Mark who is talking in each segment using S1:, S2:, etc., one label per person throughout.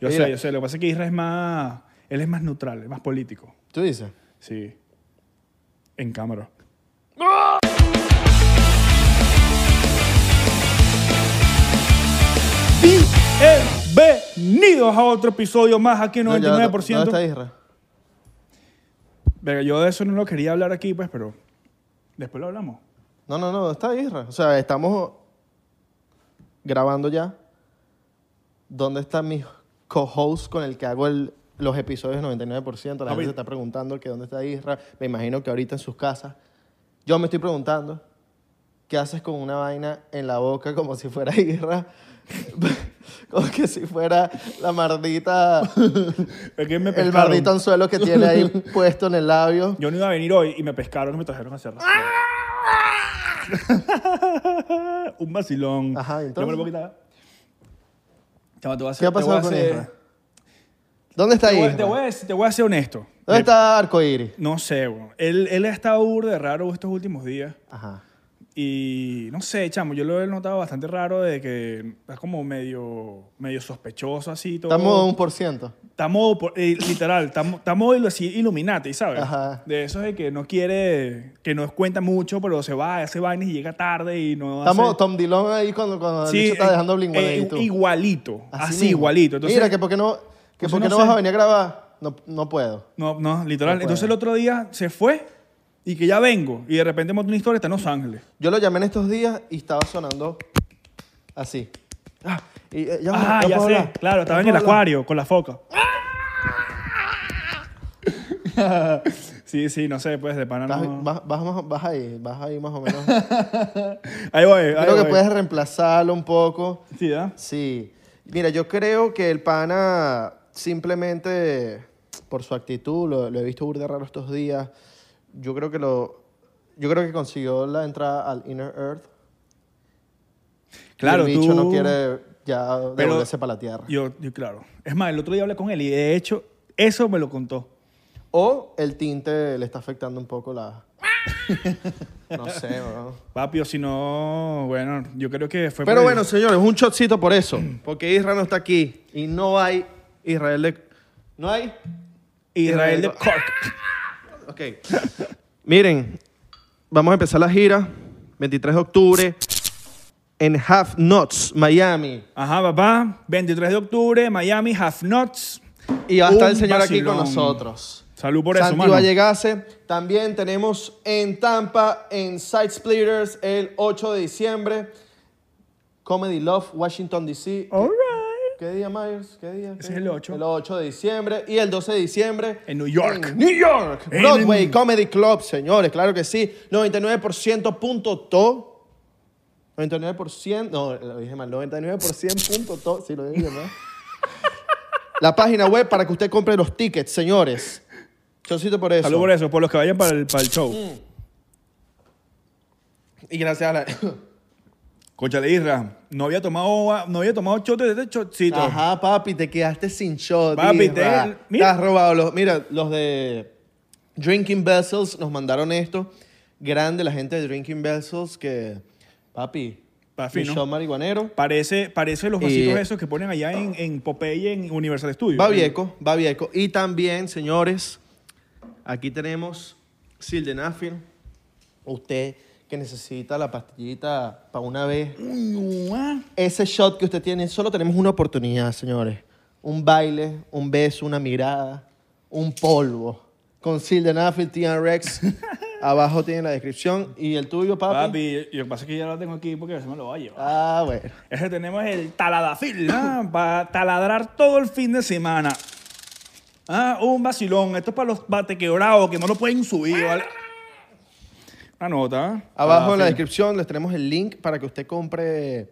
S1: Yo
S2: Mira.
S1: sé, yo sé. Lo que pasa es que Isra es más. Él es más neutral, es más político.
S2: ¿Tú dices?
S1: Sí. En cámara. Bienvenidos a otro episodio más aquí en
S2: No, ya,
S1: 99%.
S2: ¿Dónde está Isra?
S1: Verga, yo de eso no lo quería hablar aquí, pues, pero después lo hablamos.
S2: No, no, no, ¿dónde está Isra? O sea, estamos grabando ya. ¿Dónde están mis co-hosts con el que hago el- los episodios 99%? La
S1: Papi.
S2: gente se está preguntando que dónde está Isra. Me imagino que ahorita en sus casas. Yo me estoy preguntando, ¿qué haces con una vaina en la boca como si fuera Isra? como que si fuera la mardita,
S1: Es que me
S2: el
S1: pescaron.
S2: mardito anzuelo que tiene ahí puesto en el labio.
S1: Yo no iba a venir hoy y me pescaron y me trajeron a hacer Un vacilón.
S2: Ajá, ¿y
S1: Yo me
S2: entonces?
S1: lo puedo quitar. Chama, te voy a hacer-
S2: ¿Qué ha
S1: te voy
S2: pasado
S1: a
S2: con
S1: hacer-
S2: Isra? ¿Dónde está
S1: Te voy,
S2: Isra?
S1: te voy a, decir- te voy a ser honesto.
S2: ¿Dónde está Arcoiris?
S1: No sé, weón. Él, él ha estado burda de raro estos últimos días.
S2: Ajá.
S1: Y no sé, chamo, yo lo he notado bastante raro de que está como medio, medio sospechoso así. Todo.
S2: Estamos a un por ciento.
S1: Estamos, por- eh, literal, estamos estamos ilu- así Illuminati, ¿sabes?
S2: Ajá.
S1: De eso de que no quiere, que no cuenta mucho, pero se va, hace vainas y llega tarde y no
S2: Estamos
S1: hace...
S2: Tom Dillon ahí cuando, cuando el bicho está
S1: eh,
S2: dejando bling
S1: eh,
S2: ahí tú.
S1: Igualito, así,
S2: mismo.
S1: igualito. Entonces,
S2: Mira, que por qué no, que
S1: Entonces
S2: por qué
S1: no
S2: no
S1: sé.
S2: vas a venir a grabar. No, no puedo.
S1: No, no, literal.
S2: No puede.
S1: Entonces el otro día se fue y que ya vengo y de repente monta una historia, está en Los Ángeles.
S2: Yo lo llamé en estos días y estaba sonando así. Ah, y, eh, ya,
S1: ah, ya
S2: puedo
S1: sé,
S2: hablar.
S1: claro,
S2: Ya
S1: estaba en el
S2: puedo hablar.
S1: acuario con la foca. sí, sí, no sé, pues de pana
S2: Estás-
S1: no.
S2: vas, vas más- vas ahí, vas ahí más o menos.
S1: Ahí voy, ahí
S2: Creo que
S1: voy.
S2: puedes reemplazarlo un poco.
S1: Sí, ¿verdad?
S2: Sí. Mira, yo creo que el pana simplemente por su actitud, lo, lo he visto burda raro estos días. Yo creo que lo. Yo creo que consiguió la entrada al Inner Earth. y
S1: Claro,
S2: el bicho
S1: tú-
S2: no quiere ya devolverse para la tierra.
S1: Yo, yo, claro. Es más, el otro día hablé con él y de hecho, eso me lo contó.
S2: O el tinte le está afectando un poco la. no sé, bro.
S1: Papio, si no, bueno, yo creo que fue.
S2: Pero
S1: por-
S2: bueno, señores, un shotcito por eso. Porque Israel no está aquí. Y no hay Israel de. No hay
S1: Israel de
S2: Israel-
S1: Cork.
S2: Ok. Miren, vamos a empezar la gira 23 de octubre en Half Nuts, Miami.
S1: Ajá, papá. 23 de octubre, Miami, Half Nuts.
S2: Y va a estar el
S1: Un
S2: señor aquí
S1: vacilón.
S2: con nosotros.
S1: Salud por eso,
S2: Santi
S1: mano.
S2: Vallegase. También tenemos en Tampa, en Side Splitters, el 8 de diciembre. Comedy Love, Washington DC.
S1: All right.
S2: ¿Qué día, Myers? ¿Qué día? ¿Qué
S1: Ese es
S2: día?
S1: el 8.
S2: El 8 de diciembre y el 12 de diciembre.
S1: En New York.
S2: en New York.
S1: En-
S2: Broadway Comedy Club, señores, claro que sí. 99%.to. 99%. No, lo dije mal. 99%.to. Sí, lo dije mal. La página web para que usted compre los tickets, señores. Chocito por eso.
S1: Salud por eso, por los que vayan para el, para el show.
S2: Y gracias a la.
S1: Cónchale, Isra, no había tomado, no había tomado este shot desde chotcito.
S2: Ajá, papi, te quedaste sin shot.
S1: Papi, te-
S2: Isra.
S1: mira.
S2: has robado los. Mira, los de Drinking Vessels nos mandaron esto. Grande la gente de Drinking Vessels que. Papi,
S1: Papi,
S2: mi
S1: ¿no?
S2: shot marihuanero.
S1: Parece, parece los vasitos
S2: Y-
S1: esos que ponen allá en, en Popeye, en Universal Studios.
S2: Babieco, Babieco. Y también, señores, aquí tenemos Sildenafil. Usted que necesita la pastillita para una vez. Ese shot que usted tiene, solo tenemos una oportunidad, señores. Un baile, un beso, una mirada, un polvo. Con Sildenafil, TN Rex. Abajo tiene la descripción. Y el tuyo, papi.
S1: Papi, yo- lo que pasa es que ya lo tengo aquí porque se me lo va a llevar.
S2: Ah, bueno.
S1: Ese tenemos el taladafil, ¿ah? para taladrar todo el fin de semana. Ah, un vacilón. Esto es para los batequebrados que no lo pueden subir, ¿vale? Una nota. ¿ah?
S2: Abajo en la
S1: Taladafil.
S2: descripción les tenemos el link para que usted compre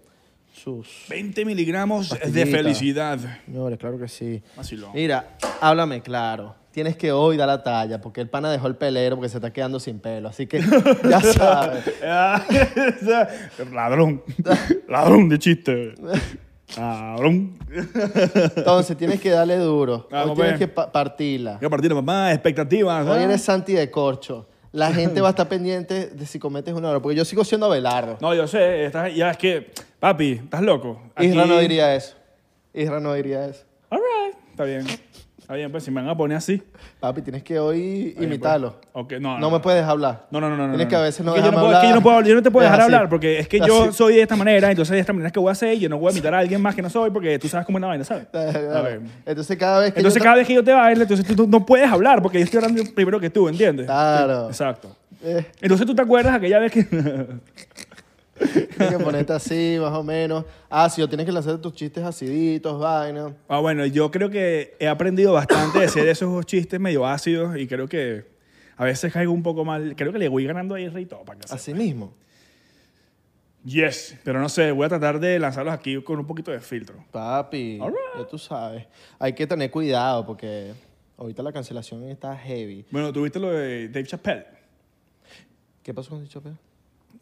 S2: sus
S1: 20 miligramos de
S2: Pastillita.
S1: felicidad.
S2: Señores, claro que sí.
S1: Vacilón.
S2: Mira, háblame claro. Tienes que hoy dar la talla, porque el pana dejó el pelero porque se está quedando sin pelo. Así que ya sabes.
S1: Ah, Ladrón. Ladrón de chiste. Ladrón.
S2: Entonces, tienes que darle duro. Hoy
S1: Vamos,
S2: tienes
S1: pues.
S2: que pa- partirla.
S1: Qué partida, papá. Expectativas. ¿ah?
S2: Hoy eres Santi de corcho. La gente va a estar pendiente de si cometes un error, porque yo sigo siendo Abelardo.
S1: No, yo sé. estás- ya es que, papi, estás loco.
S2: Isra
S1: Aquí-
S2: no diría eso. Isra no diría eso.
S1: All right. Está bien. Está bien, pues si me van a poner así.
S2: Papi, tienes que hoy imitarlo.
S1: Ok, pues. no,
S2: No me puedes hablar.
S1: No, no, no, no.
S2: Tienes
S1: no,
S2: que a
S1: no.
S2: veces no
S1: Es que yo
S2: dejarme
S1: no puedo, es que yo no puedo- yo no te puedo
S2: Es
S1: dejar
S2: así.
S1: hablar porque es que yo
S2: Así.
S1: soy de esta manera, entonces de esta manera es que voy a hacer y yo no voy a imitar a alguien más que no soy porque tú sabes cómo es la vaina, ¿sabes? A ver.
S2: Entonces cada vez que yo
S1: Entonces
S2: te-
S1: cada vez que yo te baile, entonces tú, tú no puedes hablar porque yo estoy hablando primero que tú, ¿entiendes?
S2: Claro.
S1: Exacto.
S2: Eh,
S1: Entonces tú te acuerdas aquella vez que...
S2: tienes que ponerte así, más o menos. Ácido, tienes que lanzar tus chistes aciditos, vainas.
S1: ah, bueno, yo creo que he aprendido bastante de hacer esos chistes medio ácidos y creo que a veces caigo un poco mal. Creo que le voy ganando ahí rey todo para que
S2: Así mismo.
S1: Yes, pero no sé, voy a tratar de lanzarlos aquí con un poquito de filtro.
S2: Papi,
S1: All right.
S2: ya tú sabes. Hay que tener cuidado porque ahorita la cancelación está heavy.
S1: Bueno, tuviste lo de Dave Chappelle,
S2: ¿Qué pasó con Dicho Pérez?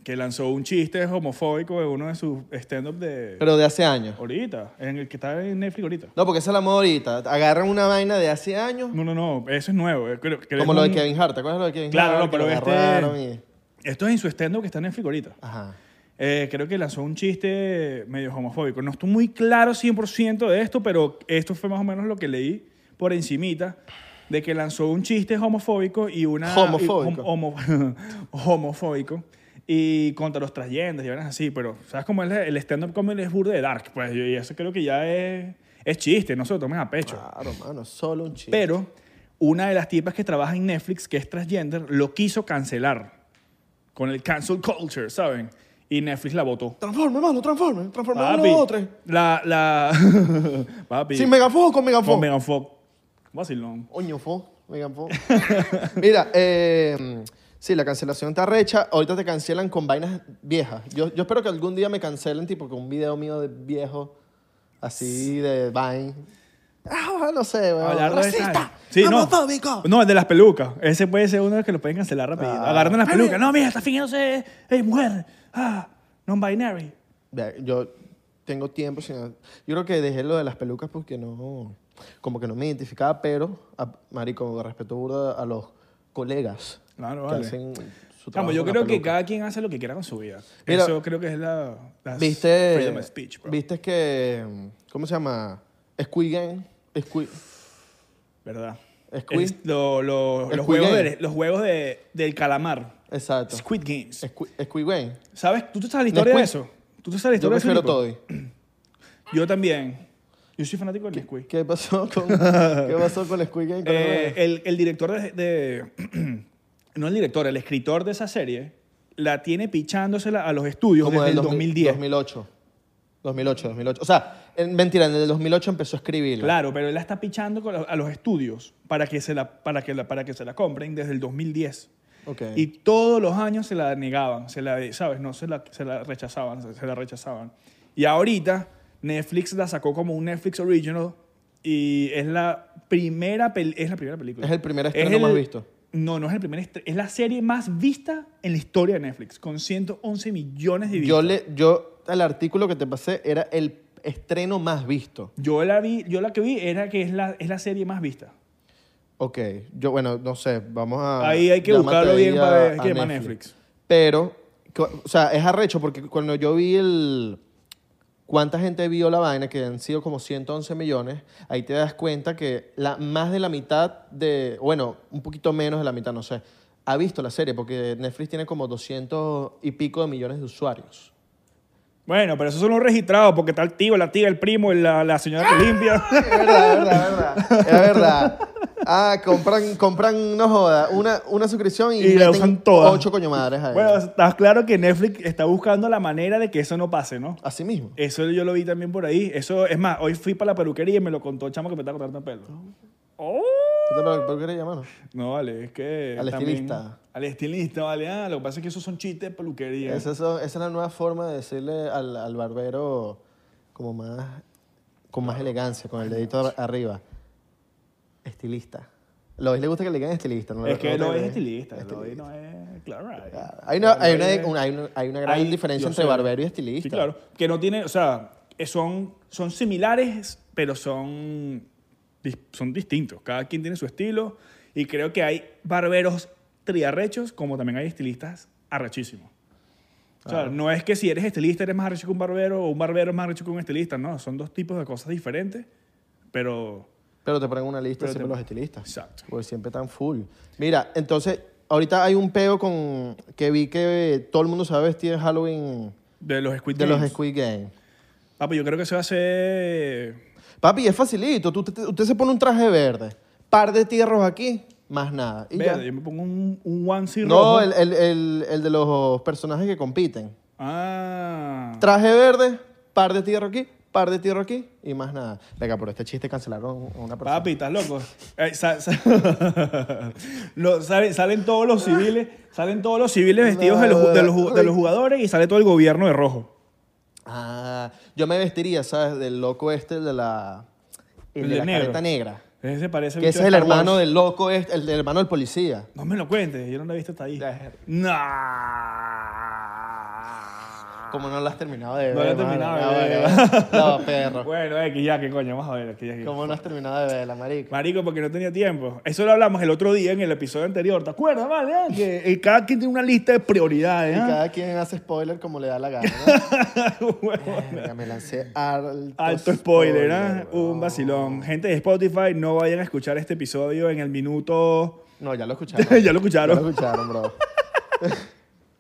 S1: que lanzó un chiste homofóbico en uno de sus stand-up de...
S2: Pero de hace años.
S1: Ahorita, en el que está en Netflix ahorita.
S2: No, porque esa es la moda ahorita. Agarran una vaina de hace años,
S1: No, no, no, eso es nuevo. eh, creo- creo
S2: como
S1: es
S2: lo de
S1: un-
S2: Kevin Hart. ¿Te acuerdas lo de Kevin
S1: Claro,
S2: Hart?
S1: no, pero
S2: que lo
S1: este-
S2: agarraron y-
S1: Esto es en su stand-up que está en Netflix ahorita.
S2: Ajá.
S1: Eh, creo que lanzó un chiste medio homofóbico. No estoy muy claro 100% de esto, pero esto fue más o menos lo que leí por encimita de que lanzó un chiste homofóbico y una...
S2: Homofóbico.
S1: y- hom- homo- homofóbico. Y contra los trayentes y vainas así, pero ¿sabes cómo es la- el stand-up comedy es burda de dark? Pues y eso creo que ya es, es chiste, no se lo tomen a pecho.
S2: Claro, mano, solo un chiste.
S1: Pero una de las tipas que trabaja en Netflix, que es transgender, lo quiso cancelar con el cancel culture, ¿saben? Y Netflix la votó.
S2: Transforme, mano, transforme. Transforme uno
S1: Papi,
S2: a otro.
S1: la, la, papi,
S2: ¿Sin megafo o con megafo?
S1: con Megan Fox. Vacilón.
S2: Oño, fo, venga, fo. Mira, eh, sí, la cancelación está recha. Ahorita te cancelan con vainas viejas. Yo, yo espero que algún día me cancelen, tipo, con un video mío de viejo, así de Vine. Ah, no sé, weón.
S1: Hablar de
S2: Racista,
S1: esta- Sí, no.
S2: homofóbico.
S1: No, el de las pelucas. Ese puede ser uno de los que lo pueden cancelar rápido.
S2: Ah.
S1: Agarrando las pelucas. No, mira, está fingiéndose eh, mujer. Ah, non-binary.
S2: Vea, Yo tengo tiempo sin... Yo creo que dejé lo de las pelucas porque no... Como que no me identificaba, pero, a- marico, respeto burda a los colegas
S1: Claro,
S2: que
S1: vale.
S2: hacen su trabajo
S1: Vamos, yo
S2: con la
S1: creo que
S2: peluca.
S1: cada quien hace lo que quiera con su vida.
S2: Mira,
S1: Eso creo que es la, las
S2: ¿Viste?
S1: freedom of speech, bro.
S2: ¿Viste que. ¿Cómo se llama? Squid Game. Squid.
S1: ¿Verdad?
S2: Squid.
S1: Es lo- lo-
S2: Squid
S1: los juegos,
S2: Game.
S1: de- los juegos de- del calamar.
S2: Exacto.
S1: Squid Games.
S2: Squid, Squid Game.
S1: ¿Sabes? ¿Tú te sabes la historia
S2: Nesquik.
S1: de eso? ¿Tú te sabes la
S2: Yo
S1: historia de
S2: prefiero
S1: eso? Nico?
S2: Toddy.
S1: Yo también. Yo soy fanático del Squid.
S2: ¿Qué pasó con, ¿qué pasó con Squid Game? Con
S1: Eh, el, el director de, de- No el director, el escritor de esa serie la tiene pichándosela a los estudios
S2: Como
S1: desde
S2: del
S1: el
S2: 2000,
S1: 2010.
S2: 2008. 2008, 2008. O sea, en- mentira, en el 2008 empezó a escribirla.
S1: Claro, pero él la está pichando con la- a los estudios para que, se la, para, que la, para que se la compren desde el 2010.
S2: Ok.
S1: Y todos los años se la negaban, se la, ¿sabes? No, se la, se la rechazaban, se, se la rechazaban. Y ahorita Netflix la sacó como un Netflix original y es la primera, pel- es la primera película.
S2: Es el primer estreno más visto.
S1: No, no es el primer estreno, es la serie más vista en la historia de Netflix, con 111 millones de vistas.
S2: yo le. Yo, el artículo que te pasé era el estreno más visto.
S1: Yo la vi, yo la que vi era que es la, es la serie más vista.
S2: Ok, yo bueno, no sé, vamos a...
S1: Ahí hay que
S2: llámate
S1: buscarlo
S2: ahí
S1: bien
S2: a-
S1: para ver
S2: a
S1: qué llama Netflix.
S2: Pero, cu- o sea, es arrecho porque cuando yo vi el... ¿Cuánta gente vio la vaina? Que han sido como 111 millones. Ahí te das cuenta que la, más de la mitad de... Bueno, un poquito menos de la mitad, no sé. Ha visto la serie porque Netflix tiene como 200 y pico de millones de usuarios.
S1: Bueno, pero esos son los registrados, porque está el tío, la tía, el primo, la, la señora que limpia.
S2: Es verdad, es verdad, es verdad. Es verdad. Ah, compran, compran, no joda, una, una suscripción y,
S1: Y la
S2: meten
S1: usan todas.
S2: ocho coño madres ahí.
S1: Bueno, está claro que Netflix está buscando la manera de que eso no pase, ¿no?
S2: Así mismo.
S1: Eso yo lo vi también por ahí. Eso, es más, hoy fui para la peluquería y me lo contó el chamo que me está cortando el pelo. Oh.
S2: ¿Tú te lo- por qué le llamaron?
S1: No, vale, es que...
S2: Al
S1: también-
S2: estilista.
S1: Al estilista, vale. Ah, lo que pasa es que esos son chistes de peluquería.
S2: Esa, es- esa es la nueva forma de decirle al, al barbero como más, con más elegancia, con el dedito ar- arriba. Estilista. Lo le gusta que le digan estilista. ¿no?
S1: es que
S2: ¿No
S1: lo es
S2: te crees?
S1: estilista, lo es- no es... Claro, right.
S2: Hay una, hay,
S1: Lo
S2: una,
S1: es-
S2: una- hay una, hay una gran
S1: Hay-
S2: diferencia
S1: yo
S2: entre
S1: sé.
S2: barbero y estilista.
S1: Sí, claro. Que no tiene, o sea, eh, son, son similares, pero son, dis- son distintos. Cada quien tiene su estilo y creo que hay barberos triarrechos como también hay estilistas arrechísimos. O sea, no es que si eres estilista eres más arrecho que un barbero o un barbero es más arrecho que un estilista, no, son dos tipos de cosas diferentes, pero
S2: Pero te ponen una lista
S1: Pero
S2: siempre
S1: te-
S2: los estilistas.
S1: Exacto.
S2: Porque siempre están full. Mira, entonces, ahorita hay un peo con que vi que eh, todo el mundo se va a vestir en Halloween
S1: De los Squid
S2: de los
S1: Games.
S2: Squid Game.
S1: Papi, yo creo que se va a hacer...
S2: Papi, es facilito. Tú- usted, usted se pone un traje verde, par de tierros aquí, más nada. Y ya.
S1: Verde, yo me pongo un, un onesie rojo.
S2: No, el, el- el- el de los personajes que compiten.
S1: Ah.
S2: Traje verde, par de tierro aquí, par de tierro aquí y más nada. Venga, por este chiste cancelaron a una persona.
S1: Papi, ¿estás loco? Eh, sa- sa- Lo- salen, salen todos los civiles, salen todos los civiles vestidos de los, ju- de los ju- de los jugadores y sale todo el gobierno de rojo.
S2: Ah, yo me vestiría, ¿sabes? Del loco este, el de la, el
S1: El
S2: de
S1: de
S2: la
S1: negro.
S2: careta negra.
S1: Ese parece
S2: Que
S1: bicho
S2: ese
S1: de
S2: es el
S1: Star Wars.
S2: hermano del loco este, el, del hermano del policía.
S1: No me lo cuentes, yo no lo he visto hasta ahí.
S2: Ya,
S1: No.
S2: Como no lo has terminado de ver.
S1: No lo he
S2: mano,
S1: terminado de
S2: no,
S1: ver.
S2: No, perro.
S1: Bueno, eh, que ya, que coño, vamos a ver. que ya, que-
S2: Como no has terminado de verla, marico.
S1: Marico, porque no tenía tiempo. Eso lo hablamos el otro día en el episodio anterior. ¿Te acuerdas, vale? ah? Que eh, cada quien tiene una lista de prioridades.
S2: Y
S1: ¿ah?
S2: cada quien hace spoiler como le da la gana. ¿no?
S1: Huevón.
S2: Verga, me lancé alto,
S1: Alto spoiler, ¿ah? Un
S2: weón.
S1: vacilón. Gente de Spotify, no vayan a escuchar este episodio en el minuto.
S2: No, ya lo escucharon.
S1: ya lo
S2: Ya lo
S1: escucharon.
S2: escucharon, bro.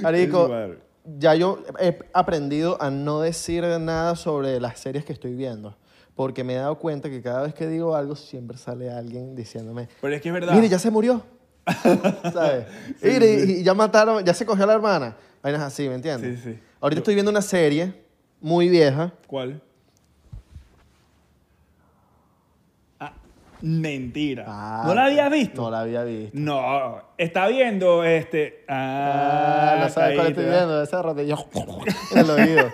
S2: Marico,
S1: Es igual.
S2: ya yo he aprendido a no decir nada sobre las series que estoy viendo. Porque me he dado cuenta que cada vez que digo algo, siempre sale alguien diciéndome,
S1: Pero es que es verdad.
S2: mire, ya se murió. ¿Sabes? Mire, y- y ya mataron, ya se cogió a la hermana. Vainas así, ¿me entiendes?
S1: Sí, sí.
S2: Ahorita estoy viendo una serie muy vieja.
S1: ¿Cuál? Ah, mentira.
S2: Ah,
S1: ¿No la habías visto?
S2: No la había visto.
S1: No, está viendo este. Ah,
S2: Ah, no sabes cuál estoy
S1: caída.
S2: viendo, ese rodillo en el oído.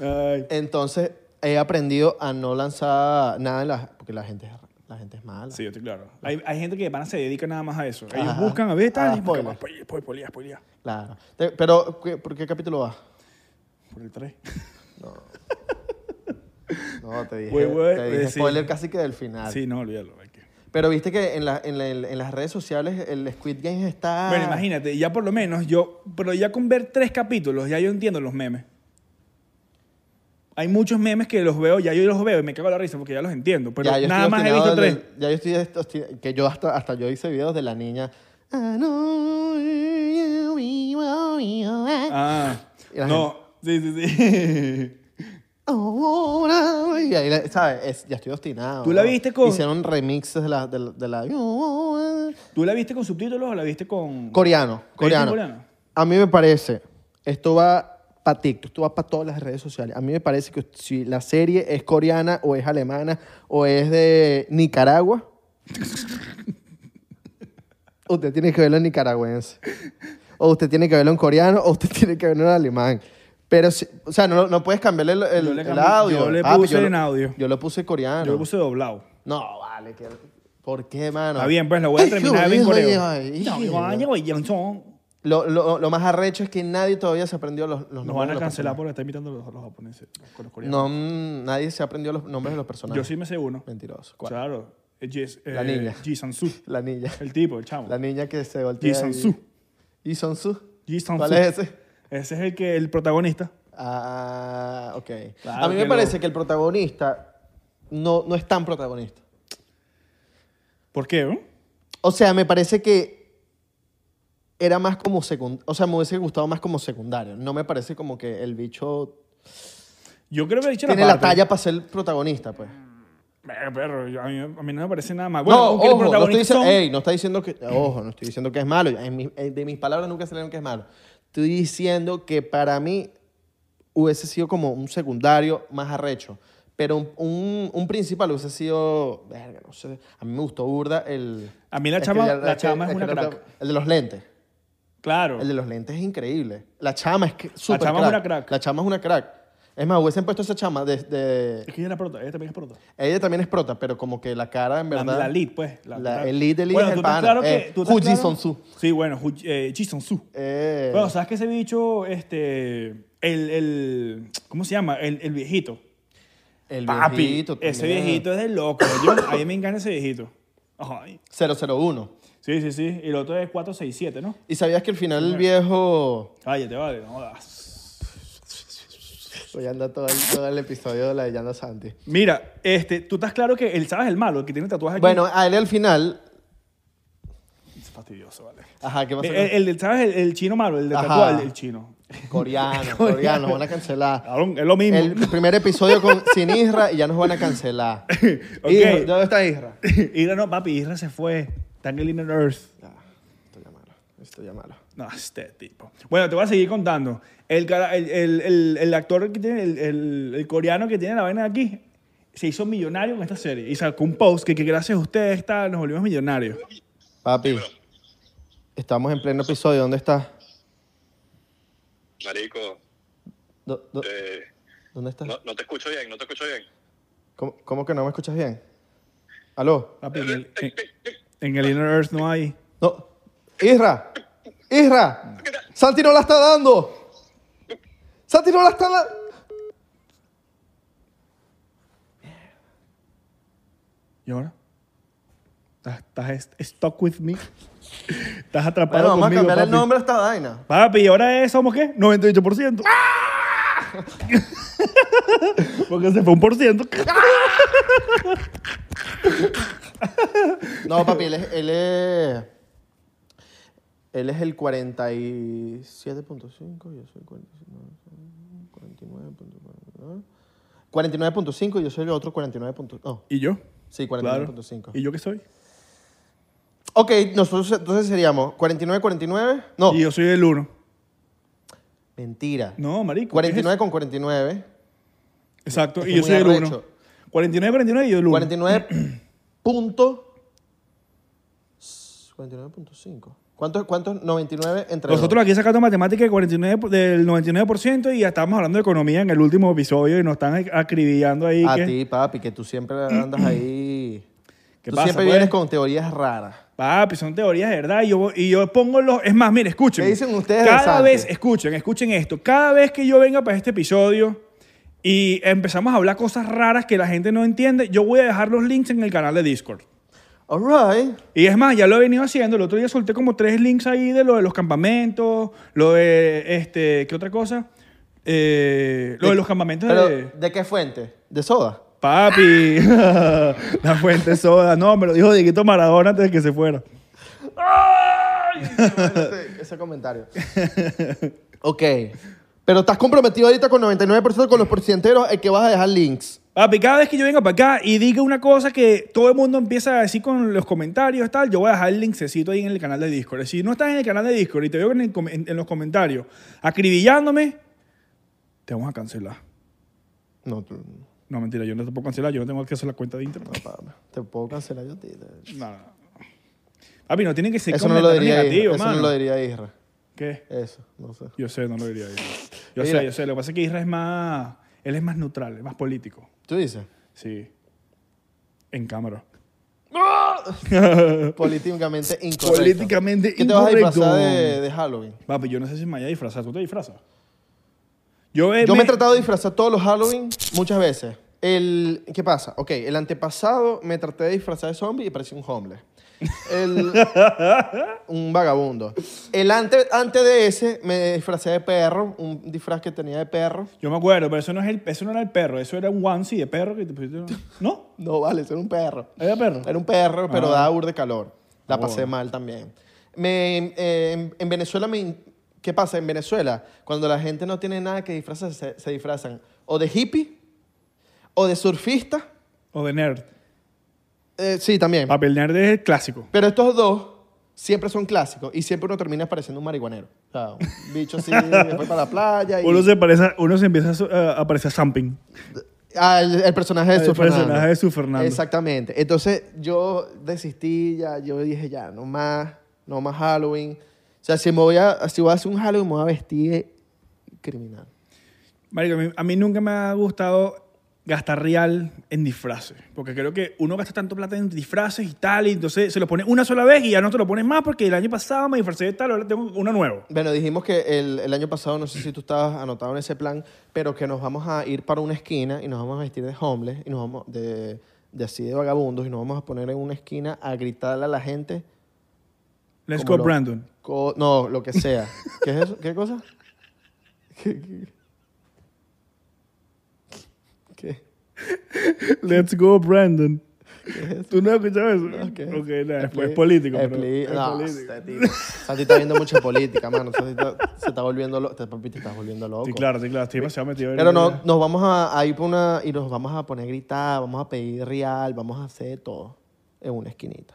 S1: Ay,
S2: Entonces, he aprendido a no lanzar nada en las. Porque la gente, es- la gente es mala.
S1: sí, yo estoy claro. Hay, hay gente que de pana se dedica nada más a eso. Ellos
S2: Ajá.
S1: buscan a ver
S2: Ah,
S1: tal. y
S2: spoiler.
S1: buscan- spoiler, spoiler, spoiler, spoiler.
S2: Claro. Te- Pero, ¿qué- ¿por qué capítulo vas?
S1: Por el 3.
S2: No, te dije.
S1: Güey, güey,
S2: te dije
S1: eh, sí.
S2: spoiler casi que del final.
S1: Sí, no, olvídalo. hay que-
S2: Pero viste que en, la- en, la- en las redes sociales el Squid Game está.
S1: Bueno, imagínate, ya por lo menos yo, pero ya con ver tres capítulos, ya yo entiendo los memes. Hay muchos memes que los veo, ya yo los veo y me cago en la risa porque ya los entiendo, pero
S2: Ya yo
S1: nada
S2: estoy
S1: más he visto
S2: obstinado
S1: tres.
S2: del- ya yo estoy. obsti- Que yo hasta, hasta yo hice videos de la niña. I know you, you, you, you.
S1: Ah,
S2: Y la
S1: no, sí, sí, sí.
S2: Ahora, y ahí la- ¿sabes? Es- ya estoy obstinado.
S1: ¿Tú la
S2: ¿no?
S1: viste con-
S2: Hicieron remixes de la... De la, de la-
S1: ¿Tú la viste con subtítulos o la viste con...?
S2: Coreano, coreano.
S1: coreano?
S2: A mí me parece, esto va para TikTok, esto va para todas las redes sociales. A mí me parece que si la serie es coreana o es alemana o es de Nicaragua, usted tiene que verlo en nicaragüense. O usted tiene que verlo en coreano o usted tiene que verlo en alemán. Pero, si- o sea, no, no puedes cambiarle el, el-
S1: Yo le
S2: el
S1: cambié-
S2: audio.
S1: yo le
S2: Papi,
S1: puse
S2: lo-
S1: en audio.
S2: Yo lo puse coreano.
S1: Yo lo puse doblado.
S2: No, vale. Que... ¿Por qué, mano?
S1: Está bien, pues la voy a
S2: Ay,
S1: terminar
S2: hijo,
S1: bien
S2: hijo,
S1: coreo.
S2: ay,
S1: No,
S2: hijo.
S1: igual, ya voy, ya son-
S2: Lo, lo, lo más arrecho es que nadie todavía se aprendió los, los
S1: Nos
S2: nombres
S1: van
S2: de
S1: a
S2: los
S1: cancelar
S2: personajes.
S1: porque está imitando los, los japoneses, los, los coreanos.
S2: No, mm, nadie se aprendió los nombres de los personajes.
S1: Yo sí me sé uno.
S2: Mentiroso. ¿Cuál?
S1: Claro. Eh, Jis-
S2: La
S1: eh,
S2: niña.
S1: Jisang-soo.
S2: La niña.
S1: El tipo, el chamo.
S2: La niña que se voltea.
S1: Ji Sang-soo.
S2: ¿Y Sansu?
S1: Ji Sang-soo.
S2: ¿Cuál es ese?
S1: Ese es el que el protagonista.
S2: Ah, ok.
S1: Claro
S2: A mí me
S1: que
S2: parece
S1: lo-
S2: que el protagonista no, no es tan protagonista.
S1: ¿Por qué? eh?
S2: O sea, me parece que era más como secundario. O sea, me hubiese gustado más como secundario. No me parece como que el bicho
S1: Yo creo que he dicho
S2: tiene la
S1: parte.
S2: talla para ser el protagonista, pues.
S1: Eh, perro, yo- a, mí, a mí no me parece nada mal.
S2: no,
S1: Bueno, aunque
S2: ojo,
S1: el
S2: no estoy
S1: protagonista
S2: diciendo,
S1: son-
S2: ey, no está diciendo que, ojo, no estoy diciendo que es malo. En mi- en- de mis palabras nunca salieron que es malo. Estoy diciendo que para mí hubiese sido como un secundario más arrecho. Pero un, un- un principal hubiese sido, verga, no sé. A mí me gustó burda el...
S1: A mí la
S2: es que
S1: chama-
S2: ya-
S1: la
S2: es que-
S1: chama es
S2: que
S1: una
S2: no te-
S1: crack.
S2: El de los lentes.
S1: Claro.
S2: El de los lentes es increíble. La chama es que súper
S1: chama es una crack.
S2: La chama es una crack. Es más, hubiesen puesto esa chama de... de-
S1: Es que ella era prota, ella también es prota.
S2: Ella también es prota, pero como que la cara en
S1: La,
S2: verdad...
S1: la lead, pues.
S2: La- el lead, el lead
S1: bueno,
S2: es el
S1: tú estás
S2: pana,
S1: claro que...
S2: eh,
S1: tú estás
S2: Hu
S1: claro-
S2: Ji-Sun-su.
S1: Sí, bueno, Hu- eh, Jisung-su.
S2: Eh,
S1: Bueno, ¿sabes que ese bicho, este... El, el... ¿Cómo se llama? El, el viejito.
S2: el
S1: Papi,
S2: viejito
S1: ese
S2: también.
S1: viejito es de loco. Yo, a mí me encanta ese viejito. Ay.
S2: 001.
S1: Sí, sí, sí. Y el otro es 467, ¿no?
S2: ¿Y sabías que al final el viejo...
S1: Cállate, vale, no jodas.
S2: Voy a andar todo el, todo el episodio de la de Yanda Santi.
S1: Mira, este, tú estás claro que él, ¿sabes? El malo, el que tiene tatuajes aquí.
S2: Bueno, a él al final.
S1: Es fastidioso, vale.
S2: Ajá, ¿qué pasa?
S1: El, el, del- ¿Sabes? El, el chino malo, el de
S2: Ajá.
S1: tatuaje, el chino.
S2: Coreano, coreano, van a cancelar.
S1: Cabrón, es lo mismo.
S2: El primer episodio con, sin Isra y ya nos van a cancelar.
S1: Ok.
S2: Isra, ¿Dónde está Isra?
S1: Ira no, papi, Isra se fue. Está en el Inner Earth.
S2: Ya, esto ya malo, esto ya malo.
S1: No, este tipo. Bueno, te voy a seguir contando. El, cara- el, el, el- el actor que tiene, el, el- el coreano que tiene la vaina de aquí, se hizo millonario con esta serie. Y sacó un post que, que gracias a ustedes está, nos volvimos millonarios.
S2: Papi, estamos en pleno episodio, ¿dónde estás?
S3: Marico,
S2: Do- do-
S3: eh,
S2: ¿Dónde estás?
S3: no, no te escucho bien, no te escucho bien.
S2: ¿Cómo, cómo que no me escuchas bien? ¿Aló?
S1: Papi, en el, en- en el Inner Earth no hay.
S2: No. Isra, Isra, Santi no la está dando. Santi no la está dando.
S1: ¿Y ahora? ¿Estás, estás est- stuck with me? ¿Estás atrapado
S2: Bueno, vamos a
S1: conmigo,
S2: cambiar el
S1: papi?
S2: nombre a esta vaina.
S1: Papi, ¿y ahora es- somos qué? 98%.
S2: ¡Ah!
S1: Porque se fue un por ciento.
S2: No, papi, él es, él es, él es el 47.5, yo soy 49.9. 49.5 y yo soy el otro 49.5. No,
S1: ¿Y yo?
S2: sí,
S1: Claro.
S2: 49.5.
S1: ¿Y yo qué soy?
S2: Ok, nosotros entonces seríamos 49, 49. No,
S1: Y yo soy el 1.
S2: mentira.
S1: No, marico. ¿qué es
S2: 49 con 49.
S1: eso? Exacto.
S2: es
S1: Y
S2: muy
S1: yo soy el 1.
S2: arrecho.
S1: 49, 49 y yo el 1.
S2: 49 punto. 49.5. ¿Cuántos? ¿Cuántos? 99 entre
S1: Nosotros aquí sacando matemáticas del 49 del 99% y ya estábamos hablando de economía en el último episodio y nos están acribillando ahí.
S2: dos. A
S1: que-
S2: ti, papi, que tú siempre andas ahí.
S1: ¿Qué
S2: tú
S1: pasa,
S2: siempre
S1: pues?
S2: vienes con teorías raras.
S1: Papi, son teorías de verdad. Y yo, y yo pongo los. Es más, mire, escuchen.
S2: ¿Qué dicen ustedes de
S1: Cada
S2: Santi?
S1: vez, escuchen, escuchen esto. Cada vez que yo venga para este episodio y empezamos a hablar cosas raras que la gente no entiende, yo voy a dejar los links en el canal de Discord.
S2: All right.
S1: Y es más, ya lo he venido haciendo. El otro día solté como tres links ahí de lo de los campamentos, lo de. este ¿Qué otra cosa? Eh, lo de los campamentos
S2: Pero,
S1: de.
S2: ¿De qué fuente? ¿De soda?
S1: Papi, la fuente soda. No, me lo dijo Dieguito Maradona antes de que se fuera.
S2: ese, ese comentario. ok. Pero estás comprometido ahorita con 99% con los porcienteros el que vas a dejar links.
S1: Papi, cada vez que yo venga para acá y diga una cosa que todo el mundo empieza a decir con los comentarios, tal, yo voy a dejar el linkcito ahí en el canal de Discord. Si no estás en el canal de Discord y te veo en, el com- en- en los comentarios acribillándome, te vamos a cancelar.
S2: No, tú-
S1: No, mentira, yo no te puedo cancelar, yo no tengo acceso a la cuenta de internet.
S2: no, pa- te puedo cancelar yo. a ti.
S1: No, no, no. Papi, no tiene que ser
S2: Eso no lo
S1: comentarios
S2: diría Isra.
S1: negativos,
S2: Eso no
S1: mano.
S2: lo diría Isra.
S1: ¿Qué?
S2: Eso, no sé.
S1: Yo sé, no lo diría Isra. Yo
S2: Mira.
S1: sé, yo sé. Lo que pasa es que Isra es más... Él es más neutral, es más político.
S2: ¿Tú dices?
S1: Sí. En cámara.
S2: Políticamente incorrecto.
S1: Políticamente
S2: ¿Qué te vas a
S1: incorrecto.
S2: disfrazar de, de Halloween?
S1: Papi, yo no sé si me vaya a disfrazar. ¿Tú te disfrazas? Yo, eh,
S2: Yo me he tratado de disfrazar todos los Halloween muchas veces. El, ¿Qué pasa? Ok, el antepasado me traté de disfrazar de zombie y parecí un homeless. El- un vagabundo. El antes, antes de ese me disfrazé de perro, un disfraz que tenía de perro.
S1: Yo me acuerdo, pero eso no, es el, eso no era el perro. Eso era un onesie de perro que te pusiste... ¿No?
S2: No vale, eso era un perro.
S1: ¿Era perro?
S2: Era un perro, pero
S1: Ah. Oh.
S2: daba bur de calor. La pasé mal también. Me, eh, en, en Venezuela, me, in- ¿qué pasa? En Venezuela, cuando la gente no tiene nada que disfrazarse, se, se disfrazan o de hippie, o de surfista.
S1: O de nerd.
S2: eh, sí, también.
S1: Papi, el nerd es el clásico.
S2: Pero estos dos siempre son clásicos y siempre uno termina pareciendo un marihuanero. O sea, un bicho así, que fue para la playa. Y,
S1: Uno se, parece, a- uno se empieza a, su- a- a parecer a Samping.
S2: Ah, el, el personaje de
S1: El
S2: su Fernando.
S1: personaje de su Fernando.
S2: Exactamente. Entonces yo desistí, ya, yo dije ya, no más, no más Halloween. O sea, si, me voy a, si voy a hacer un Halloween, me voy a vestir de criminal.
S1: Marico, a mí, a mí nunca me ha gustado gastar real en disfraces. Porque creo que uno gasta tanto plata en disfraces y tal, y entonces se lo pone una sola vez y ya no te lo pones más porque el año pasado me disfracé de tal, ahora tengo uno nuevo.
S2: Bueno, dijimos que el, el año pasado, no sé si tú estabas anotado en ese plan, pero que nos vamos a ir para una esquina y nos vamos a vestir de homeless y nos vamos de, de así de vagabundos y nos vamos a poner en una esquina a gritarle a la gente.
S1: Let's
S2: como
S1: go,
S2: lo-
S1: Brandon.
S2: co- no, lo que sea. ¿Qué es eso? ¿Qué cosa? ¿Qué, qué?
S1: Let's go, Brandon. ¿Tú no has escuchado eso?
S2: Ok.
S1: Ok, nada, es,
S2: Expli-
S1: es político. pero
S2: expli-
S1: es
S2: no,
S1: político.
S2: este tío. Santi está viendo mucha política, mano. Santi está- se está volviendo loco. Este papi te estás volviendo loco.
S1: Sí, claro, sí, claro. Estoy demasiado metido en
S2: Pero
S1: el-
S2: no, nos vamos a, a ir por una. Y nos vamos a poner a gritar, vamos a pedir real, vamos a hacer todo en una esquinita.